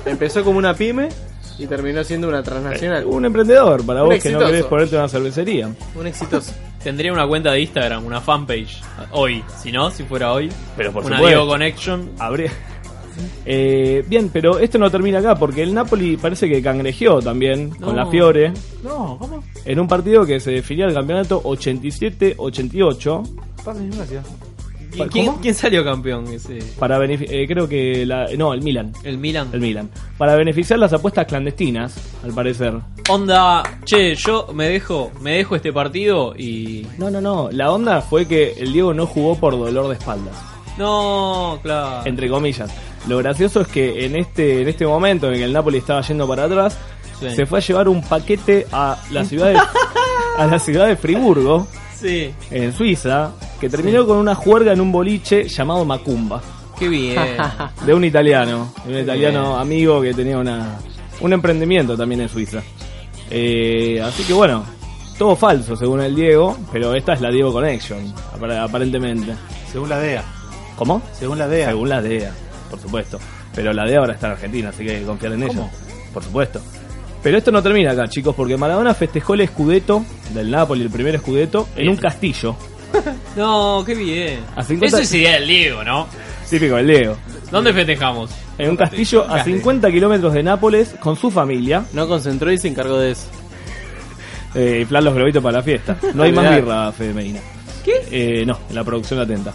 Speaker 9: Empezó como una pyme y terminó siendo una
Speaker 8: Eh,
Speaker 9: transnacional.
Speaker 13: Un emprendedor, para
Speaker 9: Un
Speaker 13: vos que
Speaker 9: exitoso.
Speaker 13: no querés ponerte una cervecería.
Speaker 9: Un exitoso.
Speaker 8: Tendría una cuenta de Instagram, una fanpage. Hoy, si no, si fuera hoy.
Speaker 13: Pero por
Speaker 8: Una
Speaker 13: supuesto.
Speaker 8: Diego Connection.
Speaker 13: Habría. Eh, bien, pero esto no termina acá porque el Napoli parece que cangrejeó también con la Fiore
Speaker 8: No, ¿cómo?
Speaker 13: en un partido que se definía el campeonato 87-88.
Speaker 8: ¿Y ¿Quién, quién salió campeón? Ese?
Speaker 13: Para benefi- eh, creo que la- no, el Milan.
Speaker 8: El Milan.
Speaker 13: El Milan. Para beneficiar las apuestas clandestinas, al parecer.
Speaker 8: Onda, che, yo me dejo, me dejo este partido y.
Speaker 13: No, no, no. La onda fue que el Diego no jugó por dolor de espaldas.
Speaker 8: No, claro.
Speaker 13: Entre comillas. Lo gracioso es que en este, en este momento en que el Napoli estaba yendo para atrás,
Speaker 8: Sí.
Speaker 13: se fue a llevar un paquete a la ciudad de, a la ciudad de Friburgo,
Speaker 8: Sí.
Speaker 13: en Suiza, que terminó con una juerga en un boliche llamado Macumba.
Speaker 8: Qué bien.
Speaker 13: De un italiano, de un
Speaker 8: Qué
Speaker 13: italiano
Speaker 8: bien.
Speaker 13: amigo que tenía una, un emprendimiento también en Suiza. Eh, así que bueno, todo falso según el Diego, pero esta es la Diego Connection, apar- aparentemente.
Speaker 12: Según la DEA.
Speaker 13: ¿Cómo?
Speaker 12: Según la DEA.
Speaker 13: Según la DEA, por supuesto. Pero la DEA ahora está en Argentina, así que hay que confiar en ella. Por supuesto. Pero esto no termina acá, chicos, porque Maradona festejó el escudeto del Napoli, el primer escudeto, en un castillo.
Speaker 8: No, qué bien.
Speaker 13: A 50
Speaker 8: Eso es idea del Diego, ¿no?
Speaker 13: Típico del Diego.
Speaker 8: ¿Dónde festejamos?
Speaker 13: En un castillo a 50 kilómetros de Nápoles con su familia.
Speaker 9: No concentró y se encargó de eso.
Speaker 13: Eh, inflar los globitos para la fiesta. No hay más
Speaker 9: Olvidate.
Speaker 13: birra, Fede Medina. ¿Qué? no, la producción atenta.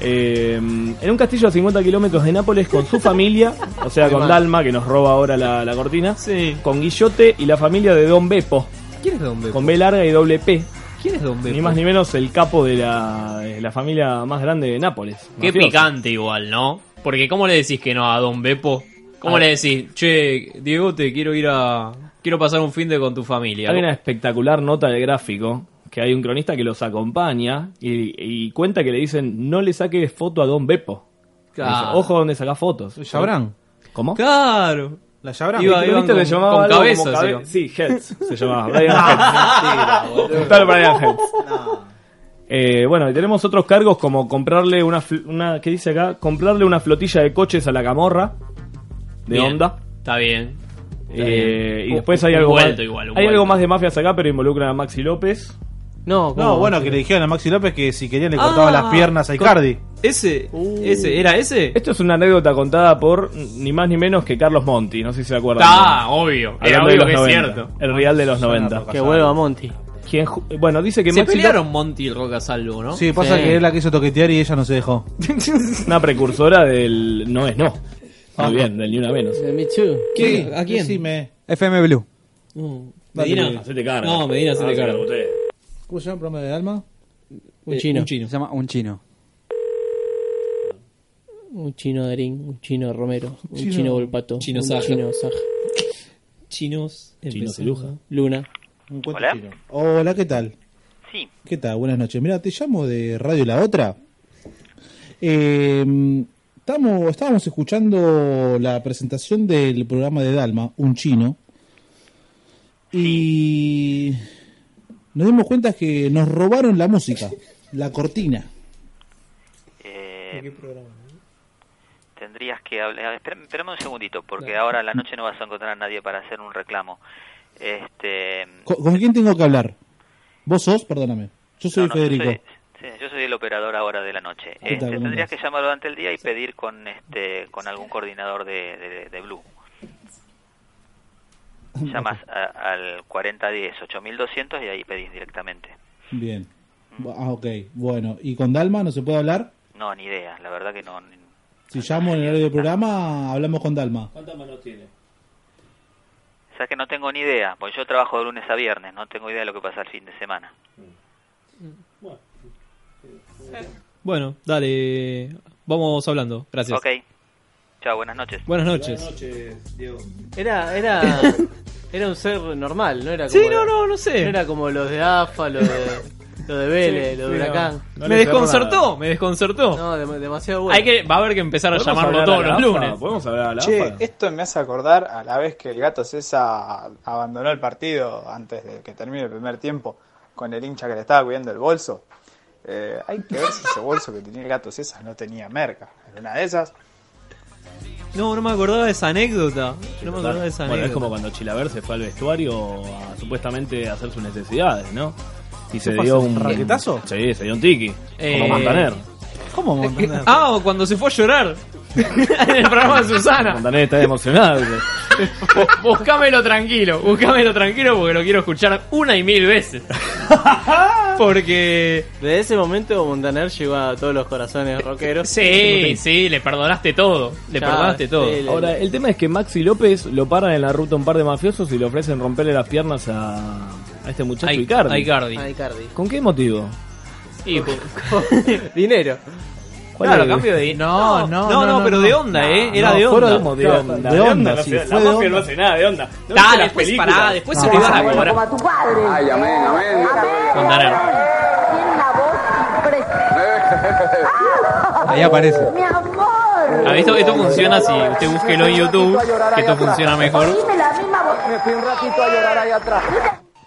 Speaker 13: Eh, en un castillo a 50 kilómetros de Nápoles con su familia, o sea,
Speaker 9: Qué
Speaker 13: con
Speaker 9: mal.
Speaker 13: Dalma, que nos roba ahora la, la cortina, con Guillote y la familia de Don Beppo,
Speaker 8: ¿Quién es Don Beppo?
Speaker 13: con B larga y doble P,
Speaker 8: ¿Quién es Don Beppo?
Speaker 13: ni más ni menos el capo de la, de la familia más grande de Nápoles.
Speaker 8: Qué
Speaker 13: mafioso.
Speaker 8: picante igual, ¿no? Porque ¿cómo le decís que no a Don Beppo? ¿Cómo
Speaker 13: Ah.
Speaker 8: le decís, che, Diego, te quiero ir a... Quiero pasar un fin de con tu familia?
Speaker 13: Hay una espectacular nota de gráfico que hay un cronista que los acompaña y, y cuenta que le dicen no le saques foto a Don Beppo.
Speaker 8: Claro.
Speaker 13: Dice, Ojo donde sacas fotos.
Speaker 12: Yabrán.
Speaker 13: ¿Cómo?
Speaker 8: Claro.
Speaker 12: La
Speaker 13: Iba,
Speaker 12: Yabrán.
Speaker 13: iban con, con cabeza, sí, Hertz se llamaba. Brian
Speaker 8: Ah,
Speaker 13: Hertz. Tal Brian Hertz. Eh, bueno, y tenemos otros cargos como comprarle una, fl- una ¿qué dice acá? Comprarle una flotilla de coches a la camorra de
Speaker 8: Bien.
Speaker 13: onda.
Speaker 8: Está bien.
Speaker 13: Eh,
Speaker 8: bien.
Speaker 13: y después
Speaker 8: Un-
Speaker 13: hay
Speaker 8: un
Speaker 13: algo
Speaker 8: vuelto
Speaker 13: más,
Speaker 8: igual, un
Speaker 13: hay
Speaker 8: vuelto.
Speaker 13: algo más de mafias acá, pero involucran a Maxi López.
Speaker 9: No,
Speaker 12: No, bueno, que le dijeron a Maxi López que si quería le cortaba
Speaker 13: Ah,
Speaker 12: las piernas a Icardi.
Speaker 8: Ese, ese, era ese.
Speaker 13: Uh. Esto es una anécdota contada por ni más ni menos que Carlos Monti, no sé si se acuerdan.
Speaker 8: Está, Ah, obvio. Era
Speaker 13: Hablando de
Speaker 8: obvio
Speaker 13: los
Speaker 8: que es
Speaker 13: 90,
Speaker 8: cierto.
Speaker 13: El Real de los 90.
Speaker 9: Que hueva Monty.
Speaker 13: Quien ju- bueno, dice que
Speaker 8: Se
Speaker 13: Maxi
Speaker 8: pelearon Monty y Roca Salvo, ¿no?
Speaker 12: Sí, pasa que él la quiso toquetear y ella no se dejó.
Speaker 13: López- una precursora del no es no. Muy bien, del ni una menos.
Speaker 9: De Me Too.
Speaker 12: ¿Qué?
Speaker 8: ¿A quién?
Speaker 12: Decime.
Speaker 16: FM Blue.
Speaker 8: Medina.
Speaker 13: Hacete cargo.
Speaker 8: No, Medina, hacete
Speaker 13: Hacete
Speaker 8: cargo.
Speaker 13: usted.
Speaker 12: ¿Cómo se llama el programa de Alma?
Speaker 9: Un chino.
Speaker 16: Un chino. Se llama Un Chino.
Speaker 9: Un chino Darín, un chino Romero, un
Speaker 8: Chino-
Speaker 9: chino, Volpato,
Speaker 8: Chino
Speaker 9: un
Speaker 8: Saja.
Speaker 9: chino Saja. Chinos. empezando.
Speaker 13: Ciruja.
Speaker 9: Luna.
Speaker 12: Un cuento
Speaker 9: Hola.
Speaker 12: chino. Hola, ¿qué tal?
Speaker 5: Sí.
Speaker 12: ¿Qué tal? Buenas noches. Mira, te llamo de Radio La Otra. Eh, estamos, estábamos escuchando la presentación del programa de Dalma, Un Chino. Y nos dimos cuenta que nos robaron la música, la cortina.
Speaker 5: Eh, Tendrías que hablar. Espérame, espérame un segundito, porque ahora a la noche no vas a encontrar a nadie para hacer un reclamo. Este,
Speaker 12: ¿Con, con quién tengo que hablar? ¿Vos sos? Perdóname. Yo soy
Speaker 5: no, no, yo
Speaker 12: Federico.
Speaker 5: soy- sí, yo soy el operador ahora de la noche.
Speaker 12: ¿Qué
Speaker 5: Este,
Speaker 12: tal? ¿Cómo
Speaker 5: tendrías que llamar durante el día y pedir con este con algún coordinador de, de, de Blue. Llamas a- al 4010 8200 y ahí pedís directamente.
Speaker 12: Bien. Bu- Ah, ok. Bueno, ¿y con Dalma no se puede hablar?
Speaker 5: No, ni idea, la verdad que no. ni-
Speaker 12: Si llamo en el horario del programa, hablamos con Dalma.
Speaker 13: ¿Cuántas manos tiene?
Speaker 5: O sea que no tengo ni idea, porque yo trabajo de lunes a viernes, no tengo idea de lo que pasa el fin de semana.
Speaker 8: Bueno, dale. Vamos hablando. Gracias.
Speaker 5: Ok. Chao, buenas noches.
Speaker 8: Buenas noches.
Speaker 9: Era, era, era un ser normal, no era como.
Speaker 8: Sí, no, no, no sé.
Speaker 9: No era como los de AFA, los de. Lo de Vélez,
Speaker 8: Sí,
Speaker 9: lo
Speaker 8: sí,
Speaker 9: de Huracán.
Speaker 8: no. me desconcertó, me desconcertó.
Speaker 9: No, dem- demasiado bueno.
Speaker 8: Hay que, va a haber que empezar a llamarlo todos los lunes.
Speaker 14: Che, esto me hace acordar a la vez que el gato César abandonó el partido antes de que termine el primer tiempo con el hincha que le estaba cuidando el bolso. Eh, hay que ver si ese bolso que tenía el gato César no tenía merca. En una de esas.
Speaker 8: No, no me acordaba de esa anécdota. No me acordaba de esa
Speaker 13: Bueno, es
Speaker 8: anécdota.
Speaker 13: como cuando Chilaver se fue al vestuario a supuestamente hacer sus necesidades, ¿no? Y se
Speaker 8: pasó,
Speaker 13: dio
Speaker 8: un
Speaker 13: un.
Speaker 8: raquetazo?
Speaker 13: Sí, se dio un tiki.
Speaker 8: Eh,
Speaker 13: Como Montaner.
Speaker 8: ¿Cómo Montaner? Ah, o cuando se fue a llorar. en el programa de Susana.
Speaker 13: Montaner está emocionado. dice.
Speaker 8: Buscámelo tranquilo, buscámelo tranquilo porque lo quiero escuchar una y mil veces. Porque.
Speaker 9: Desde ese momento Montaner llegó a todos los corazones rockeros.
Speaker 8: Sí, sí, le perdonaste todo. Le
Speaker 9: Ya,
Speaker 8: perdonaste todo.
Speaker 9: sí, le-
Speaker 13: Ahora, el tema es que Maxi López lo paran en la ruta un par de mafiosos y le ofrecen romperle las piernas a, a este muchacho
Speaker 8: Ay-
Speaker 13: Icardi.
Speaker 8: a Icardi. A
Speaker 13: ¿Con qué motivo?
Speaker 8: Y- pues,
Speaker 9: Dinero.
Speaker 13: ¿Cuál
Speaker 8: claro,
Speaker 13: es?
Speaker 8: cambio de.
Speaker 13: No, no,
Speaker 8: no,
Speaker 13: no,
Speaker 8: pero
Speaker 13: no.
Speaker 8: de onda, ¿eh? Era
Speaker 13: No,
Speaker 8: de
Speaker 13: fuera
Speaker 8: onda.
Speaker 13: como de onda. De onda, sí,
Speaker 8: sé,
Speaker 13: fue de
Speaker 8: mafia
Speaker 13: onda.
Speaker 8: nada de onda.
Speaker 13: ¿No viste
Speaker 8: Dale,
Speaker 13: las
Speaker 8: después
Speaker 13: películas?
Speaker 8: pará, después se
Speaker 13: No,
Speaker 8: te van a
Speaker 13: bueno,
Speaker 8: cobrar.
Speaker 2: tu padre. Ay, amén, amén.
Speaker 8: Montaner.
Speaker 26: Ahí aparece.
Speaker 22: Mi amor.
Speaker 8: ¿Ha visto? Esto funciona si usted búsquelo en YouTube, que esto funciona mejor.
Speaker 22: Dime la misma voz. Me fui un ratito a llorar ahí atrás.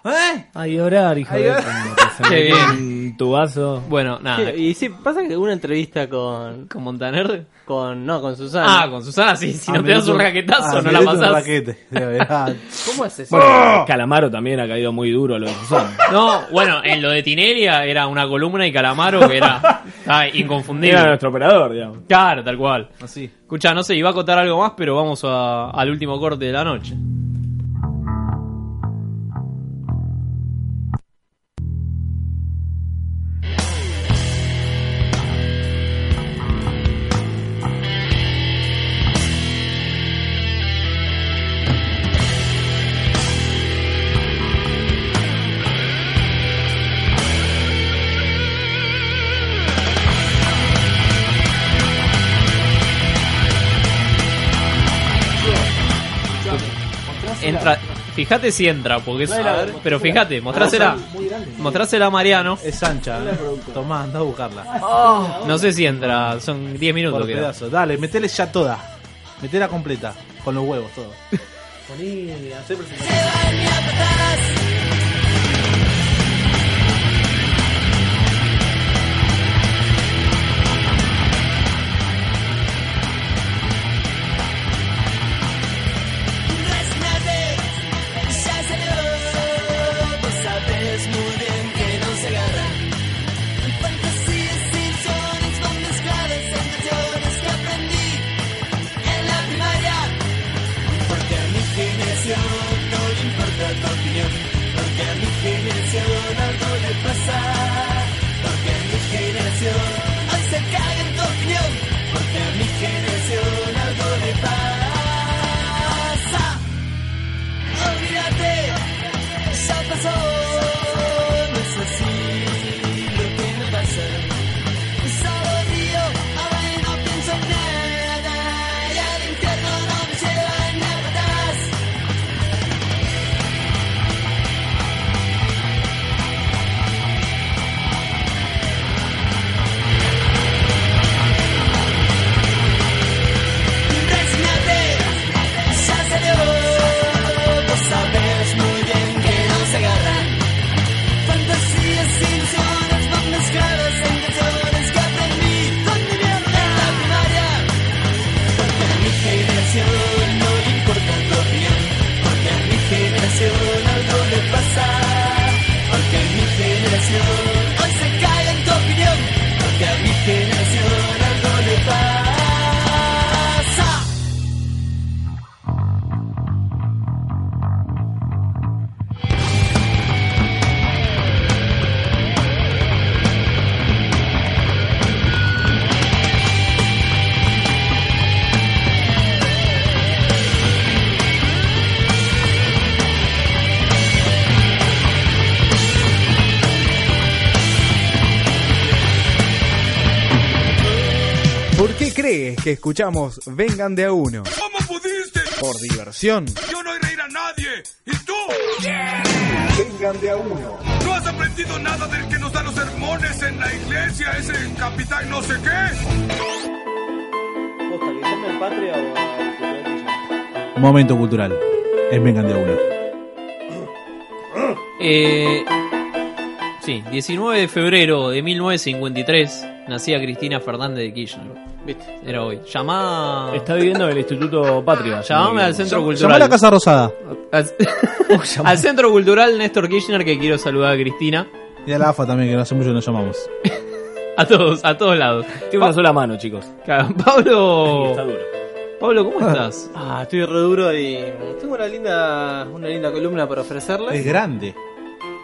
Speaker 9: ¿Eh?
Speaker 13: A llorar, hijo
Speaker 9: Ay,
Speaker 13: de
Speaker 9: Dios.
Speaker 13: puta.
Speaker 9: Qué
Speaker 13: Tu vaso.
Speaker 8: Bueno, nada.
Speaker 9: Sí, y sí, pasa que una entrevista con.
Speaker 8: ¿Con Montaner?
Speaker 9: Con, no, con Susana.
Speaker 8: Ah, con Susana, sí, si no te das un raquetazo,
Speaker 13: Ah,
Speaker 8: no la pasás.
Speaker 9: ¿Cómo es eso?
Speaker 13: Bueno, Calamaro también ha caído muy duro a lo de Susana.
Speaker 8: No, bueno, en lo de Tineria era una columna y Calamaro que era ah, inconfundible.
Speaker 13: Era nuestro operador, digamos.
Speaker 8: Claro, tal cual. Así. Escucha, no sé, iba a contar algo más, pero vamos a- al último corte de la noche. Entra, fíjate si entra, porque es.
Speaker 12: Traela, a ver,
Speaker 8: Pero fíjate, mostrásela. Mostrásela a Mariano.
Speaker 12: Es ancha.
Speaker 13: ¿eh?
Speaker 12: Tomá, anda a buscarla.
Speaker 8: No sé si entra, son 10 minutos
Speaker 12: Por
Speaker 8: que
Speaker 12: pedazo. Dale, metele ya toda. Metela completa. Con los huevos, todo.
Speaker 9: Poní, hacé presentación.
Speaker 19: No es nada, ya se lo Vos sabes muy bien que no se agarra Fantasías sin sones con mezcladas en canciones que aprendí en la primaria Porque a mi generación no le importa tu opinión Porque a mi generación algo le pasa Porque a mi generación hoy se caga en tu opinión Porque a mi generación algo le pasa Olvídate, ya pasó. No es así lo que me pasa. Solo río, ahora y no pienso en nada. Y al infierno no me lleva nada atrás. Resignate, ya se dio. Vos sabes muy bien que no se agarra. Fantasías ilusiones van mezcladas en canciones que aprendí con mi mierda en la primaria. Porque a mi generación no le importa tu opinión. Porque a mi generación algo le pasa. Porque a mi generación hoy se cae en tu opinión. Porque a mi generación algo le pasa.
Speaker 27: ¿Por qué crees que escuchamos Vengan de a uno?
Speaker 1: ¿Cómo pudiste?
Speaker 27: Por diversión.
Speaker 1: Yo no iré a nadie. Y
Speaker 22: tú? Vengan de a uno. ¿No has aprendido nada del que nos da los sermones en la iglesia, ese capitán no sé qué?
Speaker 9: patria
Speaker 7: Momento cultural. En Vengan de a Uno.
Speaker 8: Eh, sí, 19 de febrero de 1953 nacía Cristina Fernández de Kirchner. Era hoy. Llamá.
Speaker 13: Está viviendo en el Instituto Patria.
Speaker 8: Llamame al Centro Cultural.
Speaker 16: Llamá a la Casa Rosada.
Speaker 8: Al, al Centro Cultural Néstor Kirchner, que quiero saludar a Cristina.
Speaker 7: Y a la AFA también, que no hace mucho nos llamamos.
Speaker 8: A todos, a todos lados.
Speaker 13: Tiene una sola mano, chicos.
Speaker 8: Claro, Pablo.
Speaker 13: Está duro.
Speaker 8: Pablo, ¿cómo estás?
Speaker 9: Ah, estoy re duro y tengo una linda, una linda columna para ofrecerles.
Speaker 7: Es grande.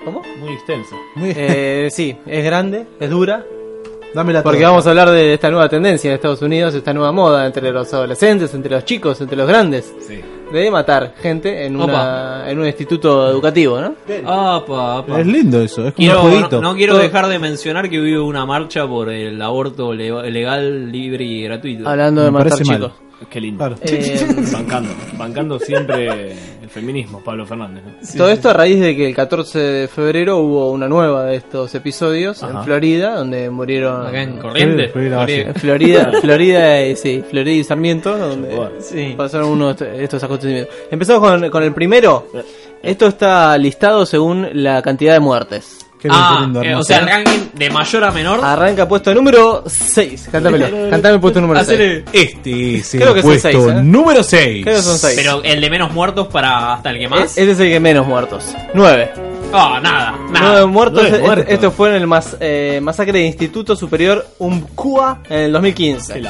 Speaker 9: ¿Cómo?
Speaker 13: Muy extenso.
Speaker 9: Eh, sí, es grande, es dura.
Speaker 16: Dámela
Speaker 9: Porque
Speaker 16: toda.
Speaker 9: vamos a hablar de esta nueva tendencia en Estados Unidos, esta nueva moda entre los adolescentes, entre los chicos, entre los grandes.
Speaker 13: Sí.
Speaker 9: De matar gente en, una, en un instituto educativo, ¿no?
Speaker 8: Apa, apa.
Speaker 7: Es lindo eso, es como
Speaker 8: Quiero-
Speaker 7: un jueguito.
Speaker 8: no, no quiero dejar de mencionar que hubo una marcha por el aborto le- legal, libre y gratuito.
Speaker 9: Hablando de Me matar parece chicos.
Speaker 13: Qué lindo.
Speaker 9: Eh,
Speaker 13: bancando, bancando siempre el feminismo, Pablo Fernández. ¿no?
Speaker 9: Todo esto a raíz de que el 14 de febrero hubo una nueva de estos episodios
Speaker 13: Ajá.
Speaker 9: en Florida, donde murieron.
Speaker 8: Acá en Corrientes. Florida, Florida.
Speaker 9: En Florida, Florida, y- sí, Florida y Sarmiento, donde pasaron unos de estos acontecimientos. Empezamos con, con el primero. Esto está listado según la cantidad de muertes.
Speaker 8: Ah, eh, o sea, el ranking de mayor a menor.
Speaker 9: Arranca puesto número 6. Cántamelo. Cántame el puesto número 6.
Speaker 8: Hacele-
Speaker 7: Este es el
Speaker 9: Creo que son
Speaker 7: puesto
Speaker 9: seis, ¿eh?
Speaker 7: número 6.
Speaker 9: Creo que son seis.
Speaker 8: Pero el de menos muertos para hasta el que más.
Speaker 9: Este es el que menos muertos. 9.
Speaker 8: Ah, nada, nada.
Speaker 9: Nueve muertos.
Speaker 8: Nueve
Speaker 9: Est-
Speaker 8: muertos.
Speaker 9: Esto fue en el mas- eh, masacre de Instituto Superior Umpqua en el 2015.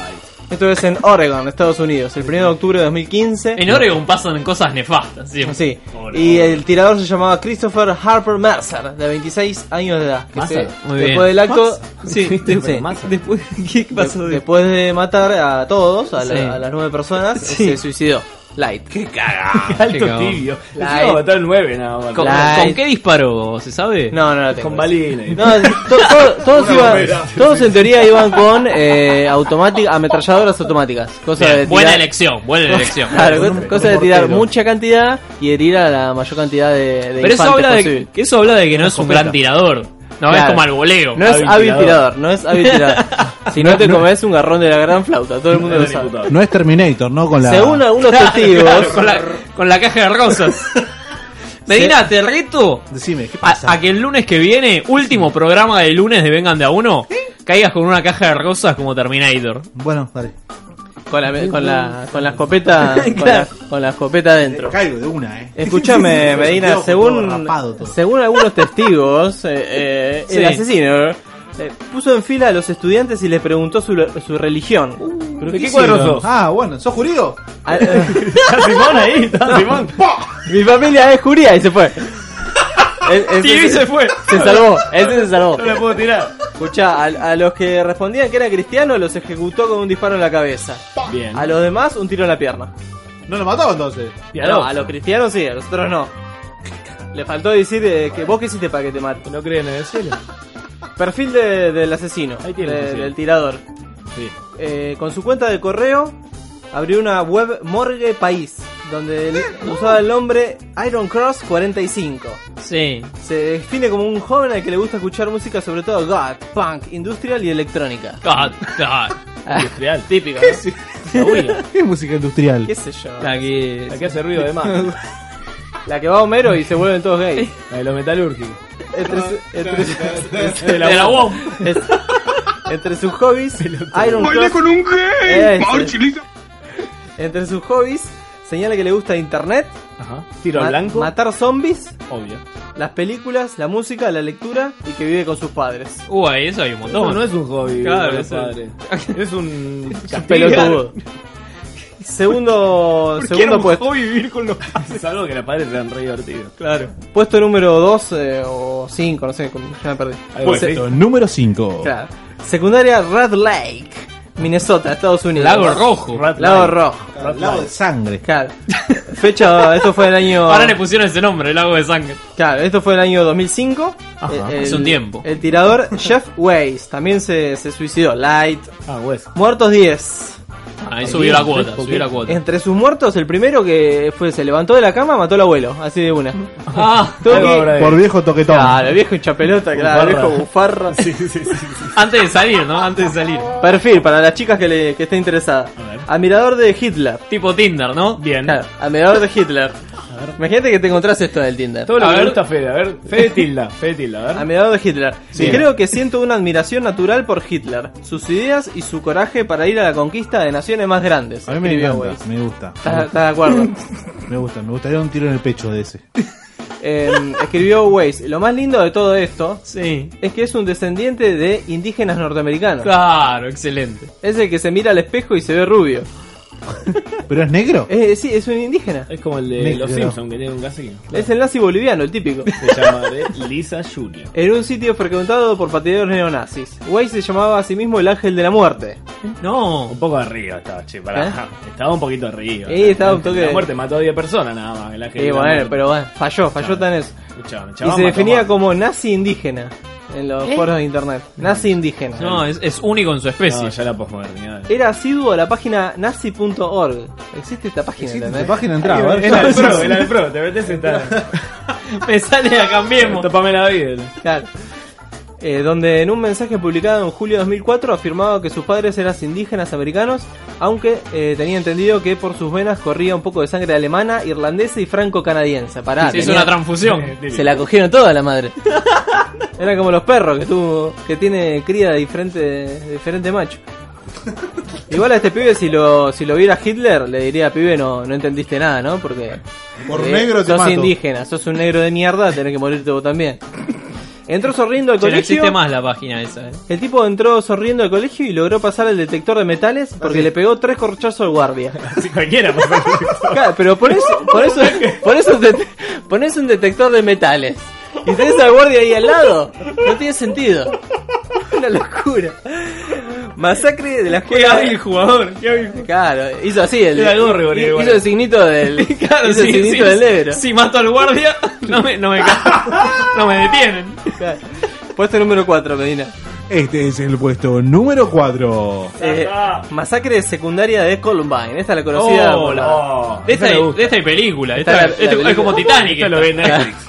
Speaker 9: Esto es en Oregon, Estados Unidos, el 1 de octubre de 2015.
Speaker 8: En Oregon pasan cosas nefastas. Sí.
Speaker 9: Ah, Sí. Y el tirador se llamaba Christopher Harper Mercer, de 26 años de edad. que
Speaker 8: Mercer,
Speaker 9: se-
Speaker 8: muy
Speaker 9: después
Speaker 8: bien.
Speaker 9: del acto.
Speaker 8: Mercer. Sí, Christopher Mercer.
Speaker 9: Después, después de matar a todos, a, la-
Speaker 8: Sí.
Speaker 9: a las nueve personas, se suicidó. Light. Qué
Speaker 8: Qué
Speaker 9: cagado.
Speaker 8: cagón.
Speaker 13: Encima mató al 9 nada más.
Speaker 8: ¿Con,
Speaker 9: Light.
Speaker 8: con qué disparo? ¿Se sabe?
Speaker 9: No, no,
Speaker 13: Con balines.
Speaker 9: No, to- to- todos,
Speaker 13: Una
Speaker 9: iban-
Speaker 13: bombera.
Speaker 9: todos en teoría iban con eh, automática- ametralladoras automáticas. Cosa
Speaker 8: Bien,
Speaker 9: de tirar-
Speaker 8: buena elección, buena elección.
Speaker 9: Claro, co-
Speaker 8: Con
Speaker 9: cosa
Speaker 8: un
Speaker 9: de tirar
Speaker 8: mortero.
Speaker 9: mucha cantidad y herir a la mayor cantidad de, de
Speaker 8: Pero eso
Speaker 9: infantes
Speaker 8: habla, de,
Speaker 9: posible.
Speaker 8: que eso habla de que no
Speaker 9: Una
Speaker 8: es un
Speaker 9: escopeta.
Speaker 8: gran tirador. No es
Speaker 9: Claro.
Speaker 8: como al voleo.
Speaker 9: No es hábil tirador, no es hábil tirador. si no, te comes un garrón de la gran flauta, todo el mundo lo sabe.
Speaker 7: No es Terminator, ¿no? Con la...
Speaker 9: Según algunos
Speaker 8: Claro,
Speaker 9: testigos,
Speaker 8: claro, con, la, con la caja de rosas. Medina, te reto
Speaker 7: Decime,
Speaker 8: a, a que el lunes que viene, último programa del lunes de Vengan de a uno, caigas con una caja de rosas como Terminator.
Speaker 7: Bueno, dale.
Speaker 9: Con la, con la, con la escopeta, con, la,
Speaker 7: Claro.
Speaker 9: con la escopeta adentro.
Speaker 7: Caigo de una, eh.
Speaker 9: Escúchame, Medina,
Speaker 7: Todo
Speaker 9: según,
Speaker 7: rapado todo.
Speaker 9: según algunos testigos, eh, eh,
Speaker 8: Sí.
Speaker 9: el asesino eh, puso en fila a los estudiantes y les preguntó su, su religión.
Speaker 7: ¿Pero Uh, qué hicieron? Ah, bueno, ¿sos judío?
Speaker 9: ¿Está Simón ahí?
Speaker 8: Ah,
Speaker 9: ¿Está Simón? Mi familia es judía y se fue. E-
Speaker 8: Sí,
Speaker 9: ese-
Speaker 8: se fue.
Speaker 9: Se salvó, ese se salvó.
Speaker 13: No le puedo tirar.
Speaker 9: Escucha, a, a los que respondían que era cristiano los ejecutó con un disparo en la cabeza.
Speaker 13: Bien.
Speaker 9: A los demás, un tiro en la pierna.
Speaker 7: No lo mató entonces.
Speaker 9: No, a los cristianos sí, a los otros no. Le faltó decir eh, que vos qué hiciste para que te mate.
Speaker 13: No creen en el cielo.
Speaker 9: Perfil de- del asesino,
Speaker 13: tiene
Speaker 9: de-
Speaker 13: el asesino.
Speaker 9: del tirador.
Speaker 13: Sí.
Speaker 9: Eh, con su cuenta de correo abrió una web Morgue País, donde le- usaba el nombre Iron Cross 45.
Speaker 8: Sí.
Speaker 9: Se define como un joven al que le gusta escuchar música sobre todo goth, punk, industrial y electrónica.
Speaker 8: God, God.
Speaker 13: Industrial.
Speaker 9: Típico.
Speaker 7: ¿Qué música industrial?
Speaker 9: ¿Qué sé yo?
Speaker 8: La que,
Speaker 13: La que hace ruido de más.
Speaker 9: La que va Homero y se vuelven todos gays.
Speaker 13: La de los metalúrgicos. Ah,
Speaker 9: Entre, su- entre su-
Speaker 13: De la UOM.
Speaker 9: Es- entre sus hobbies, Iron Cross-
Speaker 22: Bailé con un gay.
Speaker 9: Ese.
Speaker 22: Paul Chilito.
Speaker 9: Entre sus hobbies, señala que le gusta internet,
Speaker 13: Ajá. Tiro
Speaker 9: ma-
Speaker 13: al blanco.
Speaker 9: matar zombies,
Speaker 13: Obvio.
Speaker 9: las películas, la música, la lectura y que vive con sus padres.
Speaker 8: Uh, ahí eso hay un montón.
Speaker 13: No, no es un hobby.
Speaker 8: Claro,
Speaker 13: Claro,
Speaker 8: es
Speaker 13: padre. Es un
Speaker 9: Pelotudo. Segundo, segundo puesto.
Speaker 13: vivir con los padres. Es algo que los padres sean re divertidos.
Speaker 8: Claro.
Speaker 9: Puesto número 2 o 5, no sé, ya me perdí.
Speaker 13: Algo
Speaker 9: Se-
Speaker 13: así.
Speaker 7: Número 5.
Speaker 9: claro. Secundaria Red Lake, Minnesota, Estados Unidos.
Speaker 8: Lago Rojo.
Speaker 13: Rat
Speaker 9: Lago
Speaker 13: Light.
Speaker 9: Rojo.
Speaker 13: Rat
Speaker 7: Lado de
Speaker 13: Light.
Speaker 7: sangre.
Speaker 9: Claro. Fecha, esto fue el año.
Speaker 8: Ahora le pusieron ese nombre, el lago de sangre.
Speaker 9: Claro, esto fue el año 2005.
Speaker 13: Ajá.
Speaker 9: Eh,
Speaker 8: Hace un tiempo.
Speaker 9: El tirador Jeff Weiss también se, se suicidó. Light.
Speaker 13: Ah, Wes.
Speaker 9: Muertos 10.
Speaker 8: Ahí subió la cuota, subió la cuota.
Speaker 9: Entre sus muertos, el primero que fue se levantó de la cama mató al abuelo, así de una. Ah,
Speaker 12: Por viejo toquetón.
Speaker 9: Claro, viejo chapelota, claro,
Speaker 12: Bufarra.
Speaker 9: viejo bufarra.
Speaker 8: Antes de salir, ¿no? Antes de salir.
Speaker 9: Perfil para las chicas que, le, que esté interesada. Admirador de Hitler.
Speaker 8: Tipo Tinder, ¿no? Bien.
Speaker 9: admirador de Hitler. Imagínate que te encontrás esto en el Tinder.
Speaker 13: Todo lo que le gusta a Fede, a ver. Fede tilda, Fede tilda, a ver.
Speaker 9: Admirador de Hitler.
Speaker 13: Sí.
Speaker 9: Creo que siento una admiración natural por Hitler, sus ideas y su coraje para ir a la conquista de naciones más grandes.
Speaker 12: A mí me
Speaker 9: escribió Ah,
Speaker 12: encanta,
Speaker 9: Weiss.
Speaker 12: me gusta.
Speaker 9: ¿Estás- estás de acuerdo?
Speaker 12: Me gusta, me gustaría un tiro en el pecho de ese.
Speaker 9: Eh, escribió Waze. Lo más lindo de todo esto es que es un descendiente de indígenas norteamericanos.
Speaker 8: Claro, excelente.
Speaker 9: Es el que se mira al espejo y se ve rubio.
Speaker 12: ¿Pero es negro?
Speaker 9: Eh, sí, es un indígena.
Speaker 13: Es como el de
Speaker 9: Negro.
Speaker 13: Los Simpsons, que tiene un cacique.
Speaker 9: Es el nazi boliviano, el típico.
Speaker 13: Se llama de Lisa Junior.
Speaker 9: En un sitio frecuentado por pateadores neonazis. Waze se llamaba a sí mismo el ángel de la muerte.
Speaker 8: No.
Speaker 13: Un poco arriba estaba, che, pará.
Speaker 9: ¿Eh?
Speaker 13: Estaba un poquito arriba.
Speaker 9: Eh, estaba un toque-
Speaker 13: La muerte mató a 10 personas nada más. El ángel
Speaker 9: Y
Speaker 13: de la
Speaker 9: bueno,
Speaker 13: muerte.
Speaker 9: pero bueno, falló, falló tan eso.
Speaker 13: Escuchame,
Speaker 9: Y
Speaker 13: chabón
Speaker 9: se
Speaker 13: mató
Speaker 9: definía
Speaker 13: más.
Speaker 9: como nazi indígena en los
Speaker 8: ¿Eh?
Speaker 9: foros de internet. Nazi indígena.
Speaker 8: No, es, es único en su especie.
Speaker 13: No, ya la posmodernidad.
Speaker 9: Era asiduo a la página nazi.org. Existe esta página.
Speaker 13: Existe
Speaker 9: ¿entendés?
Speaker 13: esta página, entrá, a ver. Es la del pro, es la del pro, te metés en tal.
Speaker 8: Me sale a cambiemos.
Speaker 13: Topame la vida.
Speaker 9: Claro. Eh, donde en un mensaje publicado en julio de 2004 afirmaba que sus padres eran indígenas americanos, aunque eh, tenía entendido que por sus venas corría un poco de sangre alemana, irlandesa y franco-canadiense. Pará,
Speaker 8: Se hizo
Speaker 9: tenía-
Speaker 8: una transfusión.
Speaker 9: Se la cogieron toda la madre. Era como los perros que tuvo, que tiene cría de diferente, de diferente macho. Igual a este pibe si lo, si lo viera Hitler le diría pibe no, no entendiste nada, ¿no? Porque
Speaker 12: Por
Speaker 9: porque
Speaker 12: negro te
Speaker 9: sos
Speaker 12: mato".
Speaker 9: indígena, sos un negro de mierda, tenés que morirte vos también. Entró sonriendo al
Speaker 8: Che, no
Speaker 9: colegio.
Speaker 8: existe más la página esa. eh.
Speaker 9: El tipo entró sonriendo al colegio y logró pasar el detector de metales porque le pegó tres corchazos al guardia.
Speaker 13: Si cualquiera, por
Speaker 9: Claro, pero pones, pones, un- pones, un det- pones un detector de metales y tenés al guardia ahí al lado. No tiene sentido. Una locura. Masacre de la escuela.
Speaker 8: hábil jugador, qué
Speaker 9: Claro, hizo así el.
Speaker 8: Era gorro, boludo,
Speaker 9: hizo
Speaker 8: igual.
Speaker 9: el signito del.
Speaker 8: Claro,
Speaker 9: hizo el
Speaker 8: sí,
Speaker 9: signito
Speaker 8: sí,
Speaker 9: del negro.
Speaker 8: Si mato al guardia, no me, no me, ca- no me detienen.
Speaker 9: Puesto número 4, Medina.
Speaker 12: Este es el puesto número 4.
Speaker 9: Eh, masacre secundaria de Columbine. Esta es la conocida.
Speaker 8: Oh,
Speaker 9: por la-
Speaker 8: la- de, esta hay, de esta hay película. Esta,
Speaker 9: Está la-
Speaker 8: esta- es
Speaker 9: la
Speaker 8: como
Speaker 9: película.
Speaker 8: Titanic.
Speaker 9: Esta lo ve Netflix.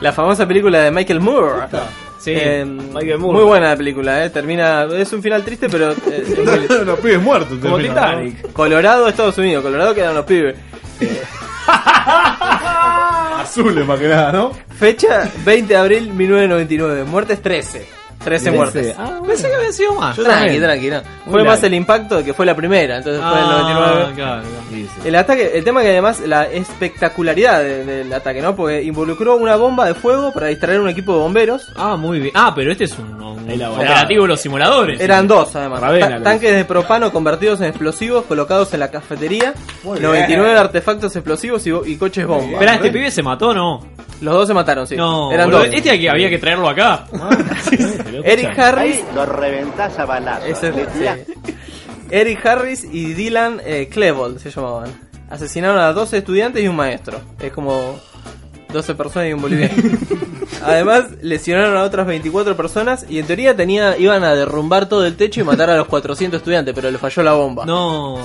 Speaker 9: La famosa película de Michael Moore.
Speaker 8: Sí,
Speaker 9: Eh,
Speaker 8: Michael Moore.
Speaker 9: Muy buena la película, eh. Termina. Es un final triste, pero. eh,
Speaker 12: los pibes muertos.
Speaker 9: Como
Speaker 12: termina,
Speaker 9: Titanic. Colorado, Estados Unidos. Colorado quedan los pibes.
Speaker 12: Azules más que nada, ¿no?
Speaker 9: Fecha 20 de abril 1999. Muertes 13. 13
Speaker 12: Trece.
Speaker 9: muertes.
Speaker 12: Ah,
Speaker 8: Pensé que había sido más.
Speaker 9: tranqui, tranqui, no. Fue
Speaker 8: Muy
Speaker 9: más
Speaker 8: largo.
Speaker 9: el impacto de que fue la primera, entonces fue el 99.
Speaker 8: Ah, claro, claro.
Speaker 9: El ataque, el tema que además la espectacularidad de- del ataque, ¿no? Porque involucró una bomba de fuego para distraer un equipo de bomberos.
Speaker 8: Ah, muy bien. Ah, pero este es un, un
Speaker 9: Elaborado.
Speaker 8: operativo de los simuladores.
Speaker 9: Eran dos además.
Speaker 8: Ravena,
Speaker 9: Ta-
Speaker 8: lo
Speaker 9: tanques de propano convertidos en explosivos colocados en la cafetería.
Speaker 8: Muy
Speaker 9: 99
Speaker 8: bien.
Speaker 9: artefactos explosivos y, bo- y coches bomba.
Speaker 8: Espera, este pibe se mató, ¿no?
Speaker 9: Los dos se mataron, sí.
Speaker 8: No,
Speaker 9: Eran
Speaker 8: boludo,
Speaker 9: dos.
Speaker 8: este aquí había que traerlo acá.
Speaker 9: Eric Harris.
Speaker 4: Lo reventás a balazos.
Speaker 9: Ese-
Speaker 4: Le tirás
Speaker 9: sí. Eric Harris y Dylan eh, Klebold se llamaban. Asesinaron a 12 estudiantes y un maestro. Es como 12 personas y un boliviano. Además, lesionaron a otras 24 personas y en teoría tenía, iban a derrumbar todo el techo y matar a los 400 estudiantes, pero le falló la bomba.
Speaker 8: No.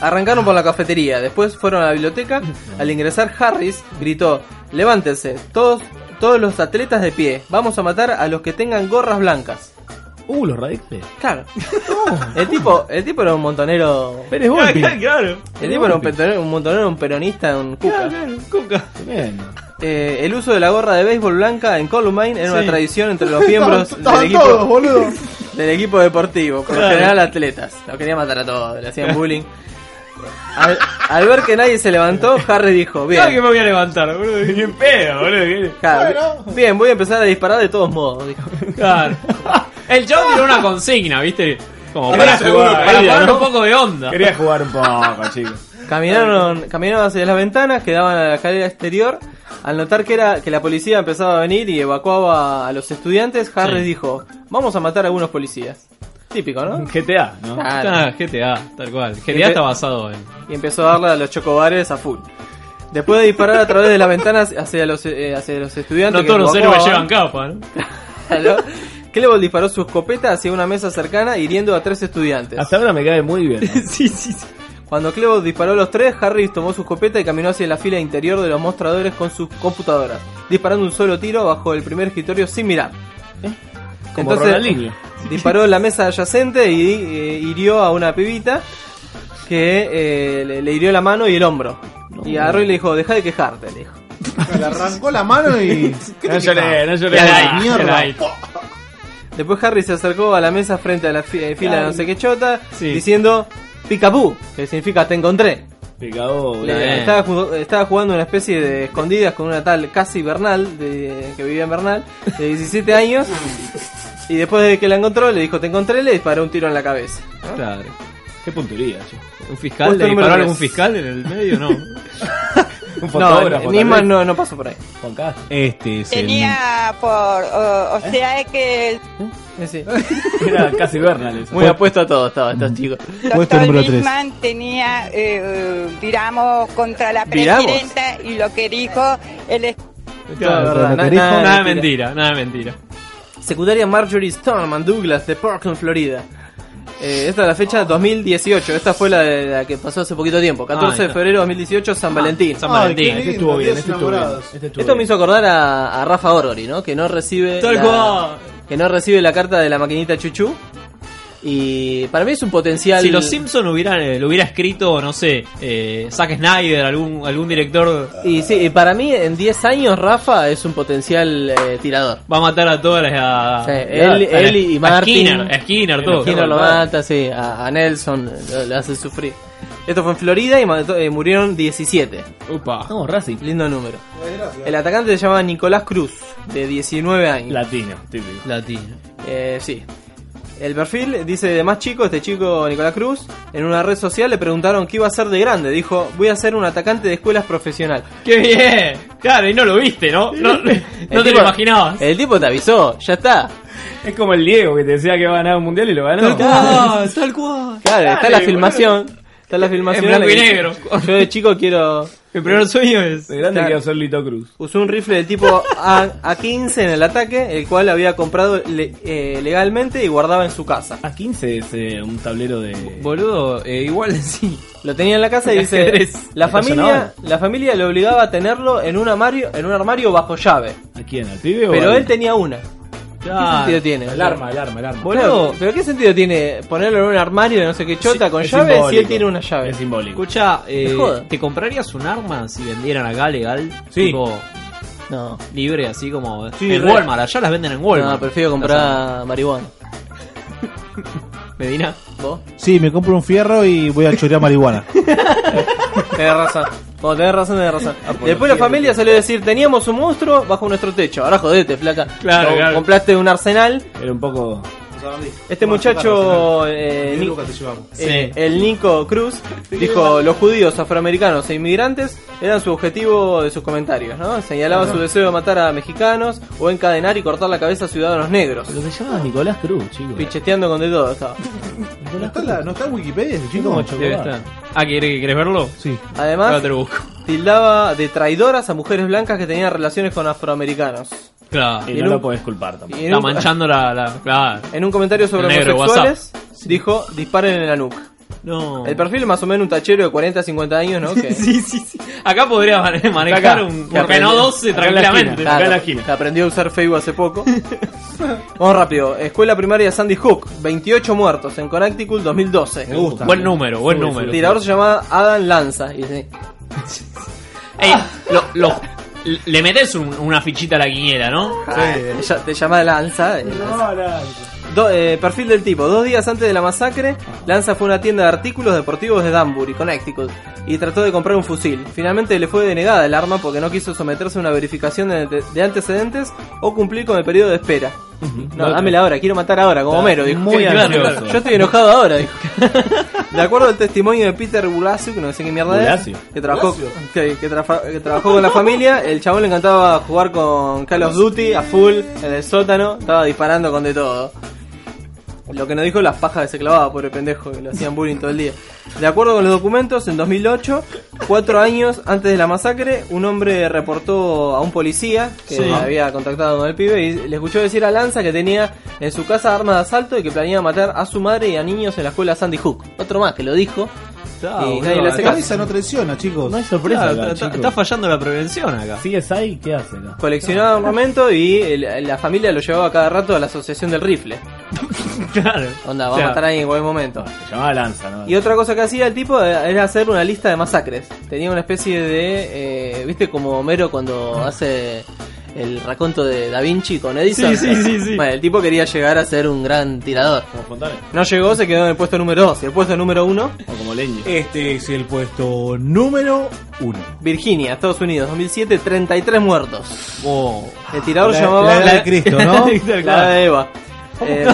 Speaker 9: Arrancaron por la cafetería, después fueron a la biblioteca. Al ingresar, Harris gritó: Levántense, todos, todos los atletas de pie, vamos a matar a los que tengan gorras blancas.
Speaker 13: Uh, los radicales.
Speaker 9: Claro. El tipo, el tipo era un montonero.
Speaker 13: Pero es Volpi. Claro,
Speaker 8: claro.
Speaker 9: El tipo era un, petonero- un montonero, un peronista, un cuca. Eh, el uso de la gorra de béisbol blanca en Columbine era una
Speaker 12: Sí.
Speaker 9: tradición entre los miembros
Speaker 12: Estaban
Speaker 9: del equipo,
Speaker 12: todos, boludo.
Speaker 9: del equipo deportivo, por lo
Speaker 12: Claro.
Speaker 9: general atletas. Lo quería matar a todos, le hacían bullying. Al, al ver que nadie se levantó, Harry dijo, bien.
Speaker 8: Claro que me voy a levantar, boludo. Bien pedo, boludo. bien.
Speaker 9: Claro, Bien, voy a empezar a disparar de todos modos. dijo.
Speaker 8: Claro. El chabón tiró una consigna, ¿viste? Como
Speaker 9: Quería
Speaker 8: para,
Speaker 9: seguro,
Speaker 8: jugar, para
Speaker 9: quería,
Speaker 8: poner
Speaker 9: ¿no?
Speaker 8: un poco de onda.
Speaker 9: Quería
Speaker 13: jugar un poco, chicos.
Speaker 9: Caminaron, caminaron hacia las ventanas que daban a la escalera exterior. Al notar que era que la policía empezaba a venir y evacuaba a los estudiantes, Harris
Speaker 8: Sí.
Speaker 9: dijo, vamos a matar a algunos policías. Típico, ¿no?
Speaker 13: GTA, ¿no?
Speaker 9: Claro.
Speaker 8: Ah, GTA, tal cual.
Speaker 9: Y
Speaker 8: GTA
Speaker 9: empe-
Speaker 8: está basado en.
Speaker 9: Y empezó a darle a los chocobares a full. Después de disparar a través de las ventanas hacia los, eh, hacia los estudiantes...
Speaker 8: No
Speaker 9: que
Speaker 8: todos los héroes
Speaker 9: evacuaban,
Speaker 8: llevan capa, ¿no?
Speaker 9: claro, Clebol disparó su escopeta hacia una mesa cercana hiriendo a tres estudiantes.
Speaker 13: Hasta ahora me cae muy bien.
Speaker 9: sí, sí, sí. Cuando Clebol disparó a los tres, Harris tomó su escopeta y caminó hacia la fila interior de los mostradores con sus computadoras, disparando un solo tiro bajo el primer escritorio sin mirar.
Speaker 13: Como Ronaldinho.
Speaker 9: disparó en la mesa adyacente y eh, hirió a una pibita que eh, le, le hirió la mano y el hombro. Y agarró y le dijo, deja de quejarte, le dijo.
Speaker 1: Le arrancó la mano y. ¿Qué te
Speaker 9: No lloré,
Speaker 1: quejas?
Speaker 9: no lloré.
Speaker 1: Ya,
Speaker 9: Ya,
Speaker 1: mierda.
Speaker 9: ya, ya. Después Harry se acercó a la mesa frente a la fi- eh, fila de no sé qué chota, diciendo Picaboo, que significa te encontré.
Speaker 13: Picaboo,
Speaker 9: Le-
Speaker 13: bien.
Speaker 9: estaba, ju- estaba jugando una especie de escondidas con una tal Cassie Bernal, de- que vivía en Bernal, de 17 años. Y después de que la encontró, le dijo te encontré, le disparó un tiro en la cabeza. ¿no?
Speaker 8: Claro. Qué puntería, che. ¿Un fiscal?
Speaker 9: Puesto
Speaker 8: ¿Le
Speaker 9: número
Speaker 8: disparó
Speaker 9: tres.
Speaker 8: algún fiscal en el medio? No.
Speaker 9: No,
Speaker 8: Un fotógrafo.
Speaker 9: Nisman no, no pasó por ahí.
Speaker 8: Este es
Speaker 10: Tenía por. o- o sea, es que.
Speaker 9: Sí.
Speaker 13: Era casi Bernal eso.
Speaker 9: Muy apuesto a todo estaba estos chicos.
Speaker 10: El doctor Bisman tenía, eh, eh, viramos contra la
Speaker 9: Viramos.
Speaker 10: presidenta y lo que dijo el es-
Speaker 9: Claro,
Speaker 8: Claro,
Speaker 9: verdad,
Speaker 8: lo
Speaker 9: na-
Speaker 8: que dijo-
Speaker 9: nada de
Speaker 8: nada de
Speaker 9: mentira.
Speaker 8: mentira, nada de mentira.
Speaker 9: Secundaria Marjorie Stoneman Douglas de Parkland, Florida. Eh, esta es la fecha 2018. Esta fue la, de- la que pasó hace poquito tiempo. 14
Speaker 8: Ah,
Speaker 9: de febrero de 2018, San
Speaker 8: Ah,
Speaker 9: Valentín.
Speaker 8: San Valentín. Ay, qué Este lindo, estuvo bien, días este estuvo bien, enamorados. este estuvo
Speaker 9: Esto me
Speaker 8: bien.
Speaker 9: hizo acordar a, a Rafa Orori, ¿no? Que no recibe.
Speaker 8: Tal
Speaker 9: la-
Speaker 8: cual.
Speaker 9: Que no recibe la carta de la maquinita chuchu. Y para mí es un potencial.
Speaker 8: Si los Simpson hubieran, eh, lo hubiera escrito, no sé, eh, Zack Snyder, algún, algún director,
Speaker 9: Y sí, y para mí en 10 años Rafa es un potencial eh, tirador.
Speaker 8: va a matar a todas las. a-
Speaker 9: Sí,
Speaker 8: a-
Speaker 9: él,
Speaker 8: a-
Speaker 9: él y
Speaker 8: a
Speaker 9: Martin.
Speaker 8: Skinner, a Skinner, todo.
Speaker 9: Skinner lo mata, sí. A, a Nelson lo, lo hace sufrir. Esto fue en Florida y mató- eh, murieron 17.
Speaker 13: Upa.
Speaker 9: No, Racing. Lindo número. El atacante se llama Nicolás Cruz, de 19 años.
Speaker 13: Latino, típico.
Speaker 9: Latino. Eh, sí. El perfil dice de más chico, este chico Nicolás Cruz, en una red social le preguntaron qué iba a hacer de grande. Dijo, voy a ser un atacante de escuelas profesional.
Speaker 8: ¡Qué bien! Claro, y no lo viste, ¿no? No, no te lo imaginabas.
Speaker 9: El tipo te avisó, ya está.
Speaker 13: Es como el Diego que te decía que va a ganar un mundial y lo ganó.
Speaker 9: cual,
Speaker 8: tal cual.
Speaker 9: Claro, está la
Speaker 13: Dale,
Speaker 9: filmación. Está la filmación.
Speaker 13: En blanco y
Speaker 9: la que
Speaker 13: negro.
Speaker 9: dice, Yo de chico quiero.
Speaker 8: Mi primer sueño es.
Speaker 13: De grande quiero ser Lito Cruz.
Speaker 9: Usó un rifle de tipo A, 15 en el ataque, el cual había comprado le- eh, legalmente y guardaba en su casa.
Speaker 13: A15 es eh, un tablero de.
Speaker 8: Boludo, eh, igual sí.
Speaker 9: Lo tenía en la casa y
Speaker 13: De
Speaker 9: dice.
Speaker 13: ajedrez.
Speaker 9: La
Speaker 13: ¿Te sonaba?
Speaker 9: familia, la familia le obligaba a tenerlo en un armario, en un armario bajo llave.
Speaker 13: ¿A quién? ¿Al pibe o
Speaker 9: Pero
Speaker 13: al-
Speaker 9: él tenía una. ¿Qué sentido tiene?
Speaker 13: El arma, el arma, el arma.
Speaker 9: Boludo, pero ¿qué sentido tiene ponerlo en un armario de no sé qué chota con
Speaker 8: es
Speaker 9: llave si él
Speaker 8: simbólico.
Speaker 9: tiene una llave?
Speaker 13: Es simbólico.
Speaker 8: Escucha, eh,
Speaker 9: Me joda.
Speaker 8: ¿te comprarías un arma si vendieran acá legal?
Speaker 9: Sí.
Speaker 8: Tipo,
Speaker 9: No.
Speaker 8: libre, así como.
Speaker 9: Sí,
Speaker 8: en
Speaker 9: re-
Speaker 8: Walmart, allá las venden en Walmart.
Speaker 9: No, prefiero comprar marihuana. Medina, vos.
Speaker 12: Sí, me compro un fierro y voy a chorear marihuana.
Speaker 9: Tenés razón. Cuando tenés razón, tenés razón. Después la familia salió a decir, teníamos un monstruo bajo nuestro techo. Ahora jodete, flaca.
Speaker 13: Claro,
Speaker 9: Com-
Speaker 13: claro.
Speaker 9: Compraste un arsenal.
Speaker 13: Era un poco.
Speaker 9: Este muchacho, eh, Ni- el, el Nico Cruz, dijo, los judíos, afroamericanos e inmigrantes eran su objetivo de sus comentarios, ¿no? Señalaba
Speaker 13: Ajá.
Speaker 9: su deseo de matar a mexicanos o encadenar y cortar la cabeza a ciudadanos negros.
Speaker 13: Lo que llama Nicolás Cruz, chico.
Speaker 9: Picheteando con de todo estaba.
Speaker 12: ¿No está, la- no está en Wikipedia ese chico?
Speaker 8: No, debe estar. Ah, ¿querés, querés verlo?
Speaker 12: Sí.
Speaker 9: Además,
Speaker 8: Ahora te lo busco.
Speaker 9: tildaba de traidoras a mujeres blancas que tenían relaciones con afroamericanos.
Speaker 8: Claro.
Speaker 9: Y no lo
Speaker 13: podés culpar tampoco.
Speaker 9: Y en
Speaker 8: Está
Speaker 9: un-
Speaker 8: manchando la. la claro.
Speaker 9: En un comentario sobre
Speaker 8: El negro,
Speaker 9: homosexuales, dijo, disparen en la nuca.
Speaker 8: No.
Speaker 9: El perfil es más o menos un tachero de 40 50 años, ¿no? Que-
Speaker 8: Sí, sí, sí. Acá podría mane- manejar
Speaker 9: Acá,
Speaker 8: un,
Speaker 9: que
Speaker 8: un Renault 12
Speaker 9: acá en la
Speaker 8: tranquilamente.
Speaker 9: esquina, claro, que aprendió a usar Facebook hace poco. Vamos rápido. Escuela primaria Sandy Hook. 28 muertos en Connecticut 2012.
Speaker 8: Me gusta. Buen número, buen número.
Speaker 9: El tirador se llamaba Adam Lanza. Y sí.
Speaker 8: Ey, lo- lo- le metes un- una fichita a la quiniela, ¿no?
Speaker 9: Ah, te ll- te llama Lanza. eh, Do- eh, perfil del tipo. Dos días antes de la masacre, Lanza fue a una tienda de artículos deportivos de Danbury, Connecticut, y trató de comprar un fusil. Finalmente le fue denegada el arma porque no quiso someterse a una verificación de, de- de antecedentes o cumplir con el periodo de espera. No,
Speaker 13: Loco.
Speaker 9: dámela ahora, quiero matar ahora, como
Speaker 13: Está
Speaker 9: Homero, dijo.
Speaker 13: muy
Speaker 9: Sí, claro,
Speaker 13: ansioso.
Speaker 9: claro. Yo estoy enojado ahora, dijo. De acuerdo al testimonio de Peter Bulasio, que no sé qué mierda
Speaker 13: Bulasio.
Speaker 9: es, que trabajó,
Speaker 13: Bulasio.
Speaker 9: que, que trafa- que trabajó con la familia, el chabón le encantaba jugar con Call of Duty a full en el sótano, estaba disparando con de todo. Lo que nos dijo las pajas que se clavaba, pobre pendejo, que lo hacían bullying todo el día. De acuerdo con los documentos, en 2008, cuatro años antes de la masacre, un hombre reportó a un policía que
Speaker 11: Sí.
Speaker 9: había contactado con el pibe y le escuchó decir a Lanza que tenía en su casa armas de asalto y que planeaba matar a su madre y a niños en la escuela Sandy Hook. Otro más que lo dijo. y nadie le hace
Speaker 12: la
Speaker 9: caso.
Speaker 12: cabeza no traiciona, chicos. No hay
Speaker 9: sorpresa acá, chicos.
Speaker 8: Está fallando la prevención acá.
Speaker 9: ¿Sigues ahí? ¿Qué hace acá? Coleccionaba armamento y el- la familia lo llevaba cada rato a la asociación del rifle.
Speaker 13: Claro.
Speaker 9: Onda, va
Speaker 13: O sea,
Speaker 9: a matar a alguien en cualquier momento.
Speaker 13: Se llamaba Lanza, ¿no?
Speaker 9: Y otra cosa que hacía el tipo era hacer una lista de masacres. Tenía una especie de. eh, ¿Viste como Homero cuando hace el raconto de Da Vinci con Edison?
Speaker 13: Sí, sí, sí, sí.
Speaker 9: Bueno, el tipo quería llegar a ser un gran tirador.
Speaker 13: Como Fontana.
Speaker 9: No llegó, se quedó en el puesto número 2. Y el puesto número 1.
Speaker 13: O como Leño.
Speaker 9: Este es el puesto número 1. Virginia, Estados Unidos, 2007, 33 muertos. El tirador
Speaker 12: La-
Speaker 9: llamaba.
Speaker 12: la edad de Cristo, ¿no?
Speaker 9: La edad de Eva. Eh,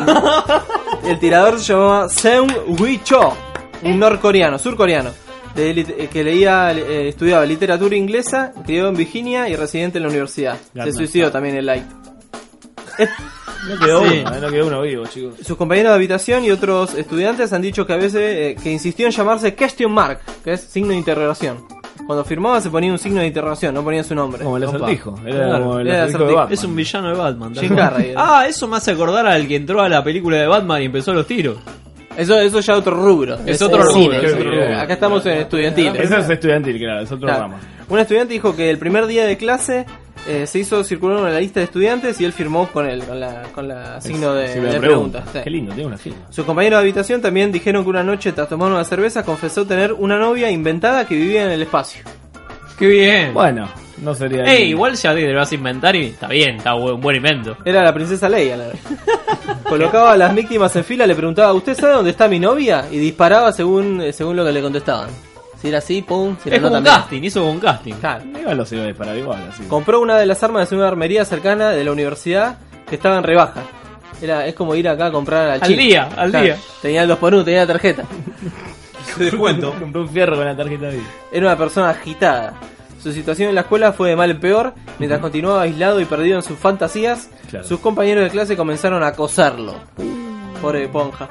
Speaker 9: el tirador se llamaba Seung Wi Cho, un norcoreano, surcoreano, de lit- eh, que leía, eh, estudiaba literatura inglesa, criado en Virginia y residente en la universidad.
Speaker 13: Gandalf.
Speaker 9: Se suicidó también el Light.
Speaker 12: Ah,
Speaker 13: No quedó
Speaker 9: Sí.
Speaker 13: uno, eh, no quedó uno vivo, chicos.
Speaker 9: Sus compañeros de habitación y otros estudiantes han dicho que a veces eh, que insistió en llamarse question mark, que es signo de interrogación. Cuando firmaba se ponía un signo de interrogación, no ponía su nombre.
Speaker 13: Como el
Speaker 9: Opa.
Speaker 13: acertijo, era
Speaker 9: Claro,
Speaker 13: como el
Speaker 9: era
Speaker 13: acertijo de Batman.
Speaker 8: Es un villano de Batman. tal
Speaker 9: Jim
Speaker 8: cual.
Speaker 9: Carrey.
Speaker 8: Ah, eso me hace acordar al que entró a la película de Batman y empezó los tiros.
Speaker 9: Eso, eso ya otro rubro.
Speaker 8: Es, otro rubro.
Speaker 9: cine,
Speaker 8: es
Speaker 9: es
Speaker 8: otro
Speaker 9: cine.
Speaker 8: rubro.
Speaker 9: Acá estamos en estudiantil. ¿eh?
Speaker 13: Ese es estudiantil, claro, es otro
Speaker 9: Claro.
Speaker 13: rama.
Speaker 9: Un estudiante dijo que el primer día de clase eh, se hizo circular una lista de estudiantes y él firmó con él, con la, con la signo de,
Speaker 13: Sí,
Speaker 9: de
Speaker 13: me
Speaker 9: pregunta.
Speaker 13: pregunta.
Speaker 9: Sí.
Speaker 13: Qué lindo, tiene una firma.
Speaker 9: Sus compañeros de habitación también dijeron que una noche tras tomar una cerveza confesó tener una novia inventada que vivía en el espacio.
Speaker 8: Qué bien.
Speaker 13: Bueno, no sería.
Speaker 8: Ey, igual ya te lo vas a inventar y está bien, está bu- un buen invento.
Speaker 9: Era la princesa Leia. la verdad. Colocaba a las víctimas en fila, le preguntaba, ¿usted sabe dónde está mi novia? Y disparaba según, eh, según lo que le contestaban. Si era así, pum, si era
Speaker 8: es
Speaker 9: no
Speaker 8: como un
Speaker 9: también.
Speaker 8: casting, hizo como un casting.
Speaker 13: Igual los iba a disparar igual, así.
Speaker 9: Compró una de las armas de una armería cercana de la universidad que estaba en rebaja. Era, es como ir acá a comprar al
Speaker 8: Al
Speaker 9: chino.
Speaker 8: día, al día.
Speaker 9: Tenía el 2x1, tenía la tarjeta.
Speaker 13: descuento. Compró un fierro con la tarjeta de
Speaker 9: Era una persona agitada. Su situación en la escuela fue de mal en peor. Mientras continuaba aislado y perdido en sus fantasías,
Speaker 13: Claro.
Speaker 9: sus compañeros de clase comenzaron a acosarlo. Pobre Ponja.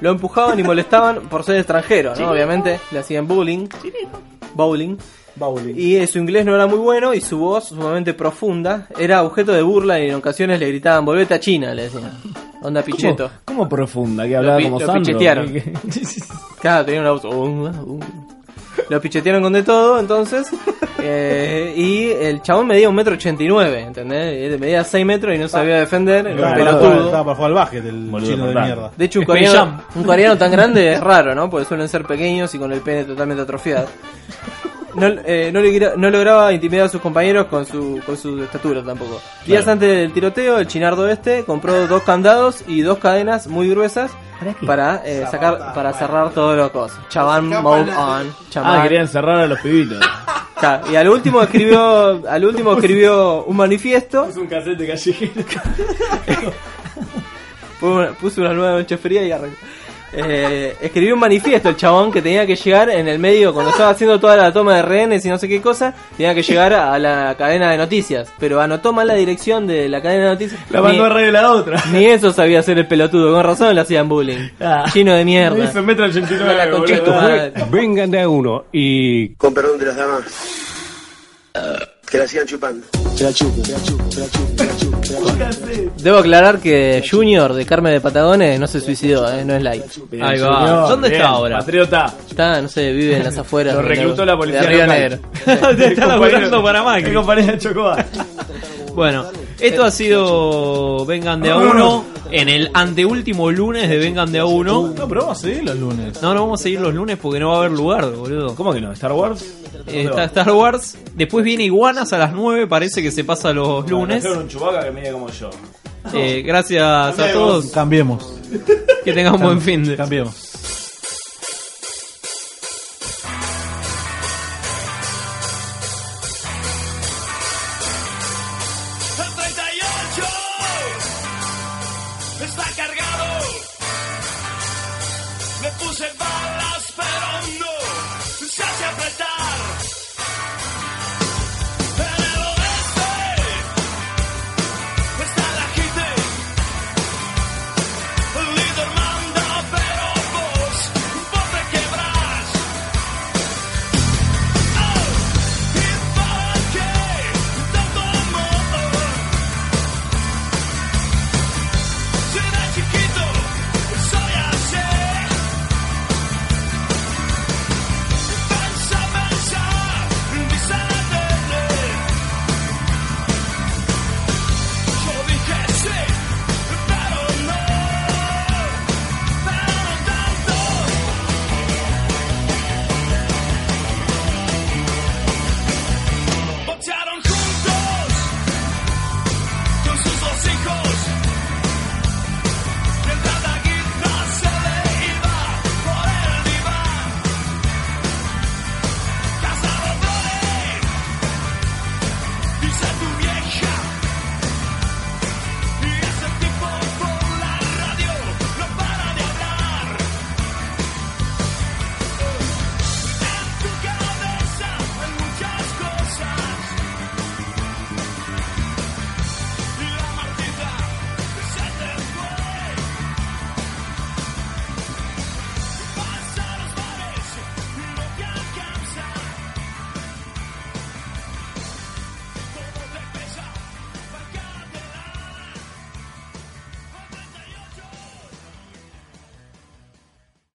Speaker 9: Lo empujaban y molestaban por ser extranjero, ¿no?
Speaker 13: Chileno.
Speaker 9: Obviamente, le hacían bullying. Bowling. Y eh, su inglés no era muy bueno y su voz, sumamente profunda, era objeto de burla y en ocasiones le gritaban, volvete a China, le decían. Onda picheto.
Speaker 13: ¿Cómo, cómo profunda? Que hablaba
Speaker 9: pi-
Speaker 13: como
Speaker 9: lo
Speaker 13: Sandro.
Speaker 9: pichetearon.
Speaker 13: que-
Speaker 9: Claro, tenía un auto. Uh, uh. Lo pichetearon con de todo, entonces. eh, y el chabón medía un metro ochenta y nueve, ¿entendés? Él Medía 6 metros y no sabía defender. era un
Speaker 12: Estaba para,
Speaker 9: pelotudo.
Speaker 12: estaba para jugar al básquet el
Speaker 13: Boludo,
Speaker 12: chino de
Speaker 13: verdad.
Speaker 12: mierda.
Speaker 9: De hecho, un
Speaker 12: Space
Speaker 9: coreano,
Speaker 12: Jam.
Speaker 9: un coreano tan grande es raro, ¿no? Porque suelen ser pequeños y con el pene totalmente atrofiado. No, eh, no, logra- no lograba intimidar a sus compañeros con su, con su estatura tampoco. Días antes del tiroteo, el chinardo este compró dos candados y dos cadenas muy gruesas para eh, sacar para cerrar todos los cosas. Chabán, move on. Chamán.
Speaker 13: Ah, querían cerrar a los pibitos.
Speaker 9: Claro, Y al último escribió al último escribió un manifiesto.
Speaker 13: Es un casete callejero.
Speaker 9: Puso- Puso una nueva noche fría y arrancó. Eh, escribió un manifiesto el chabón que tenía que llegar en el medio, cuando estaba haciendo toda la toma de rehenes y no sé qué cosa, tenía que llegar a la cadena de noticias. Pero anotó mal la dirección de la cadena de noticias.
Speaker 13: La mandó
Speaker 9: Ni-
Speaker 13: a radio la otra.
Speaker 9: Ni eso sabía hacer el pelotudo, con razón le hacían bullying. Chino de mierda.
Speaker 13: Hizo metro ochenta y nueve,
Speaker 9: La concha de tu
Speaker 13: boludo.
Speaker 9: madre.
Speaker 15: Vengan de a uno y.
Speaker 17: Con perdón de las damas. Que la sigan chupando. Que la chupen, que la chupen, que la chupen, que la chupen, que la chupen.
Speaker 9: Debo aclarar que Junior de Carmen de Patagones no se suicidó, eh, no es light.
Speaker 8: Ahí va. Junior, ¿Dónde está bien, ahora?
Speaker 13: Patriota.
Speaker 9: Está, no sé, vive en las afueras.
Speaker 13: Lo
Speaker 9: de-
Speaker 13: reclutó la policía
Speaker 9: De Río
Speaker 13: local.
Speaker 9: Negro.
Speaker 8: Te está laburando para Macri.
Speaker 13: ¿Qué compañía de Chocoba?
Speaker 8: Bueno, esto ha sido Vengan de a uno en el anteúltimo lunes de Vengan de a uno.
Speaker 12: No, pero vamos a seguir los lunes.
Speaker 8: No, no vamos a seguir los lunes porque no va a haber lugar, boludo. Eh,
Speaker 13: ¿Cómo que no? ¿Star Wars?
Speaker 8: está Star Wars. Después viene Iguanas a las 9, parece que se pasa los lunes.
Speaker 13: Un chubaca que mide como yo.
Speaker 8: Eh, gracias a todos.
Speaker 12: Cambiemos.
Speaker 8: Que tengan un buen fin. de-
Speaker 12: Cambiemos.
Speaker 6: El 38 está cargado. Le puse balas, pero no se hace apretar. Oh,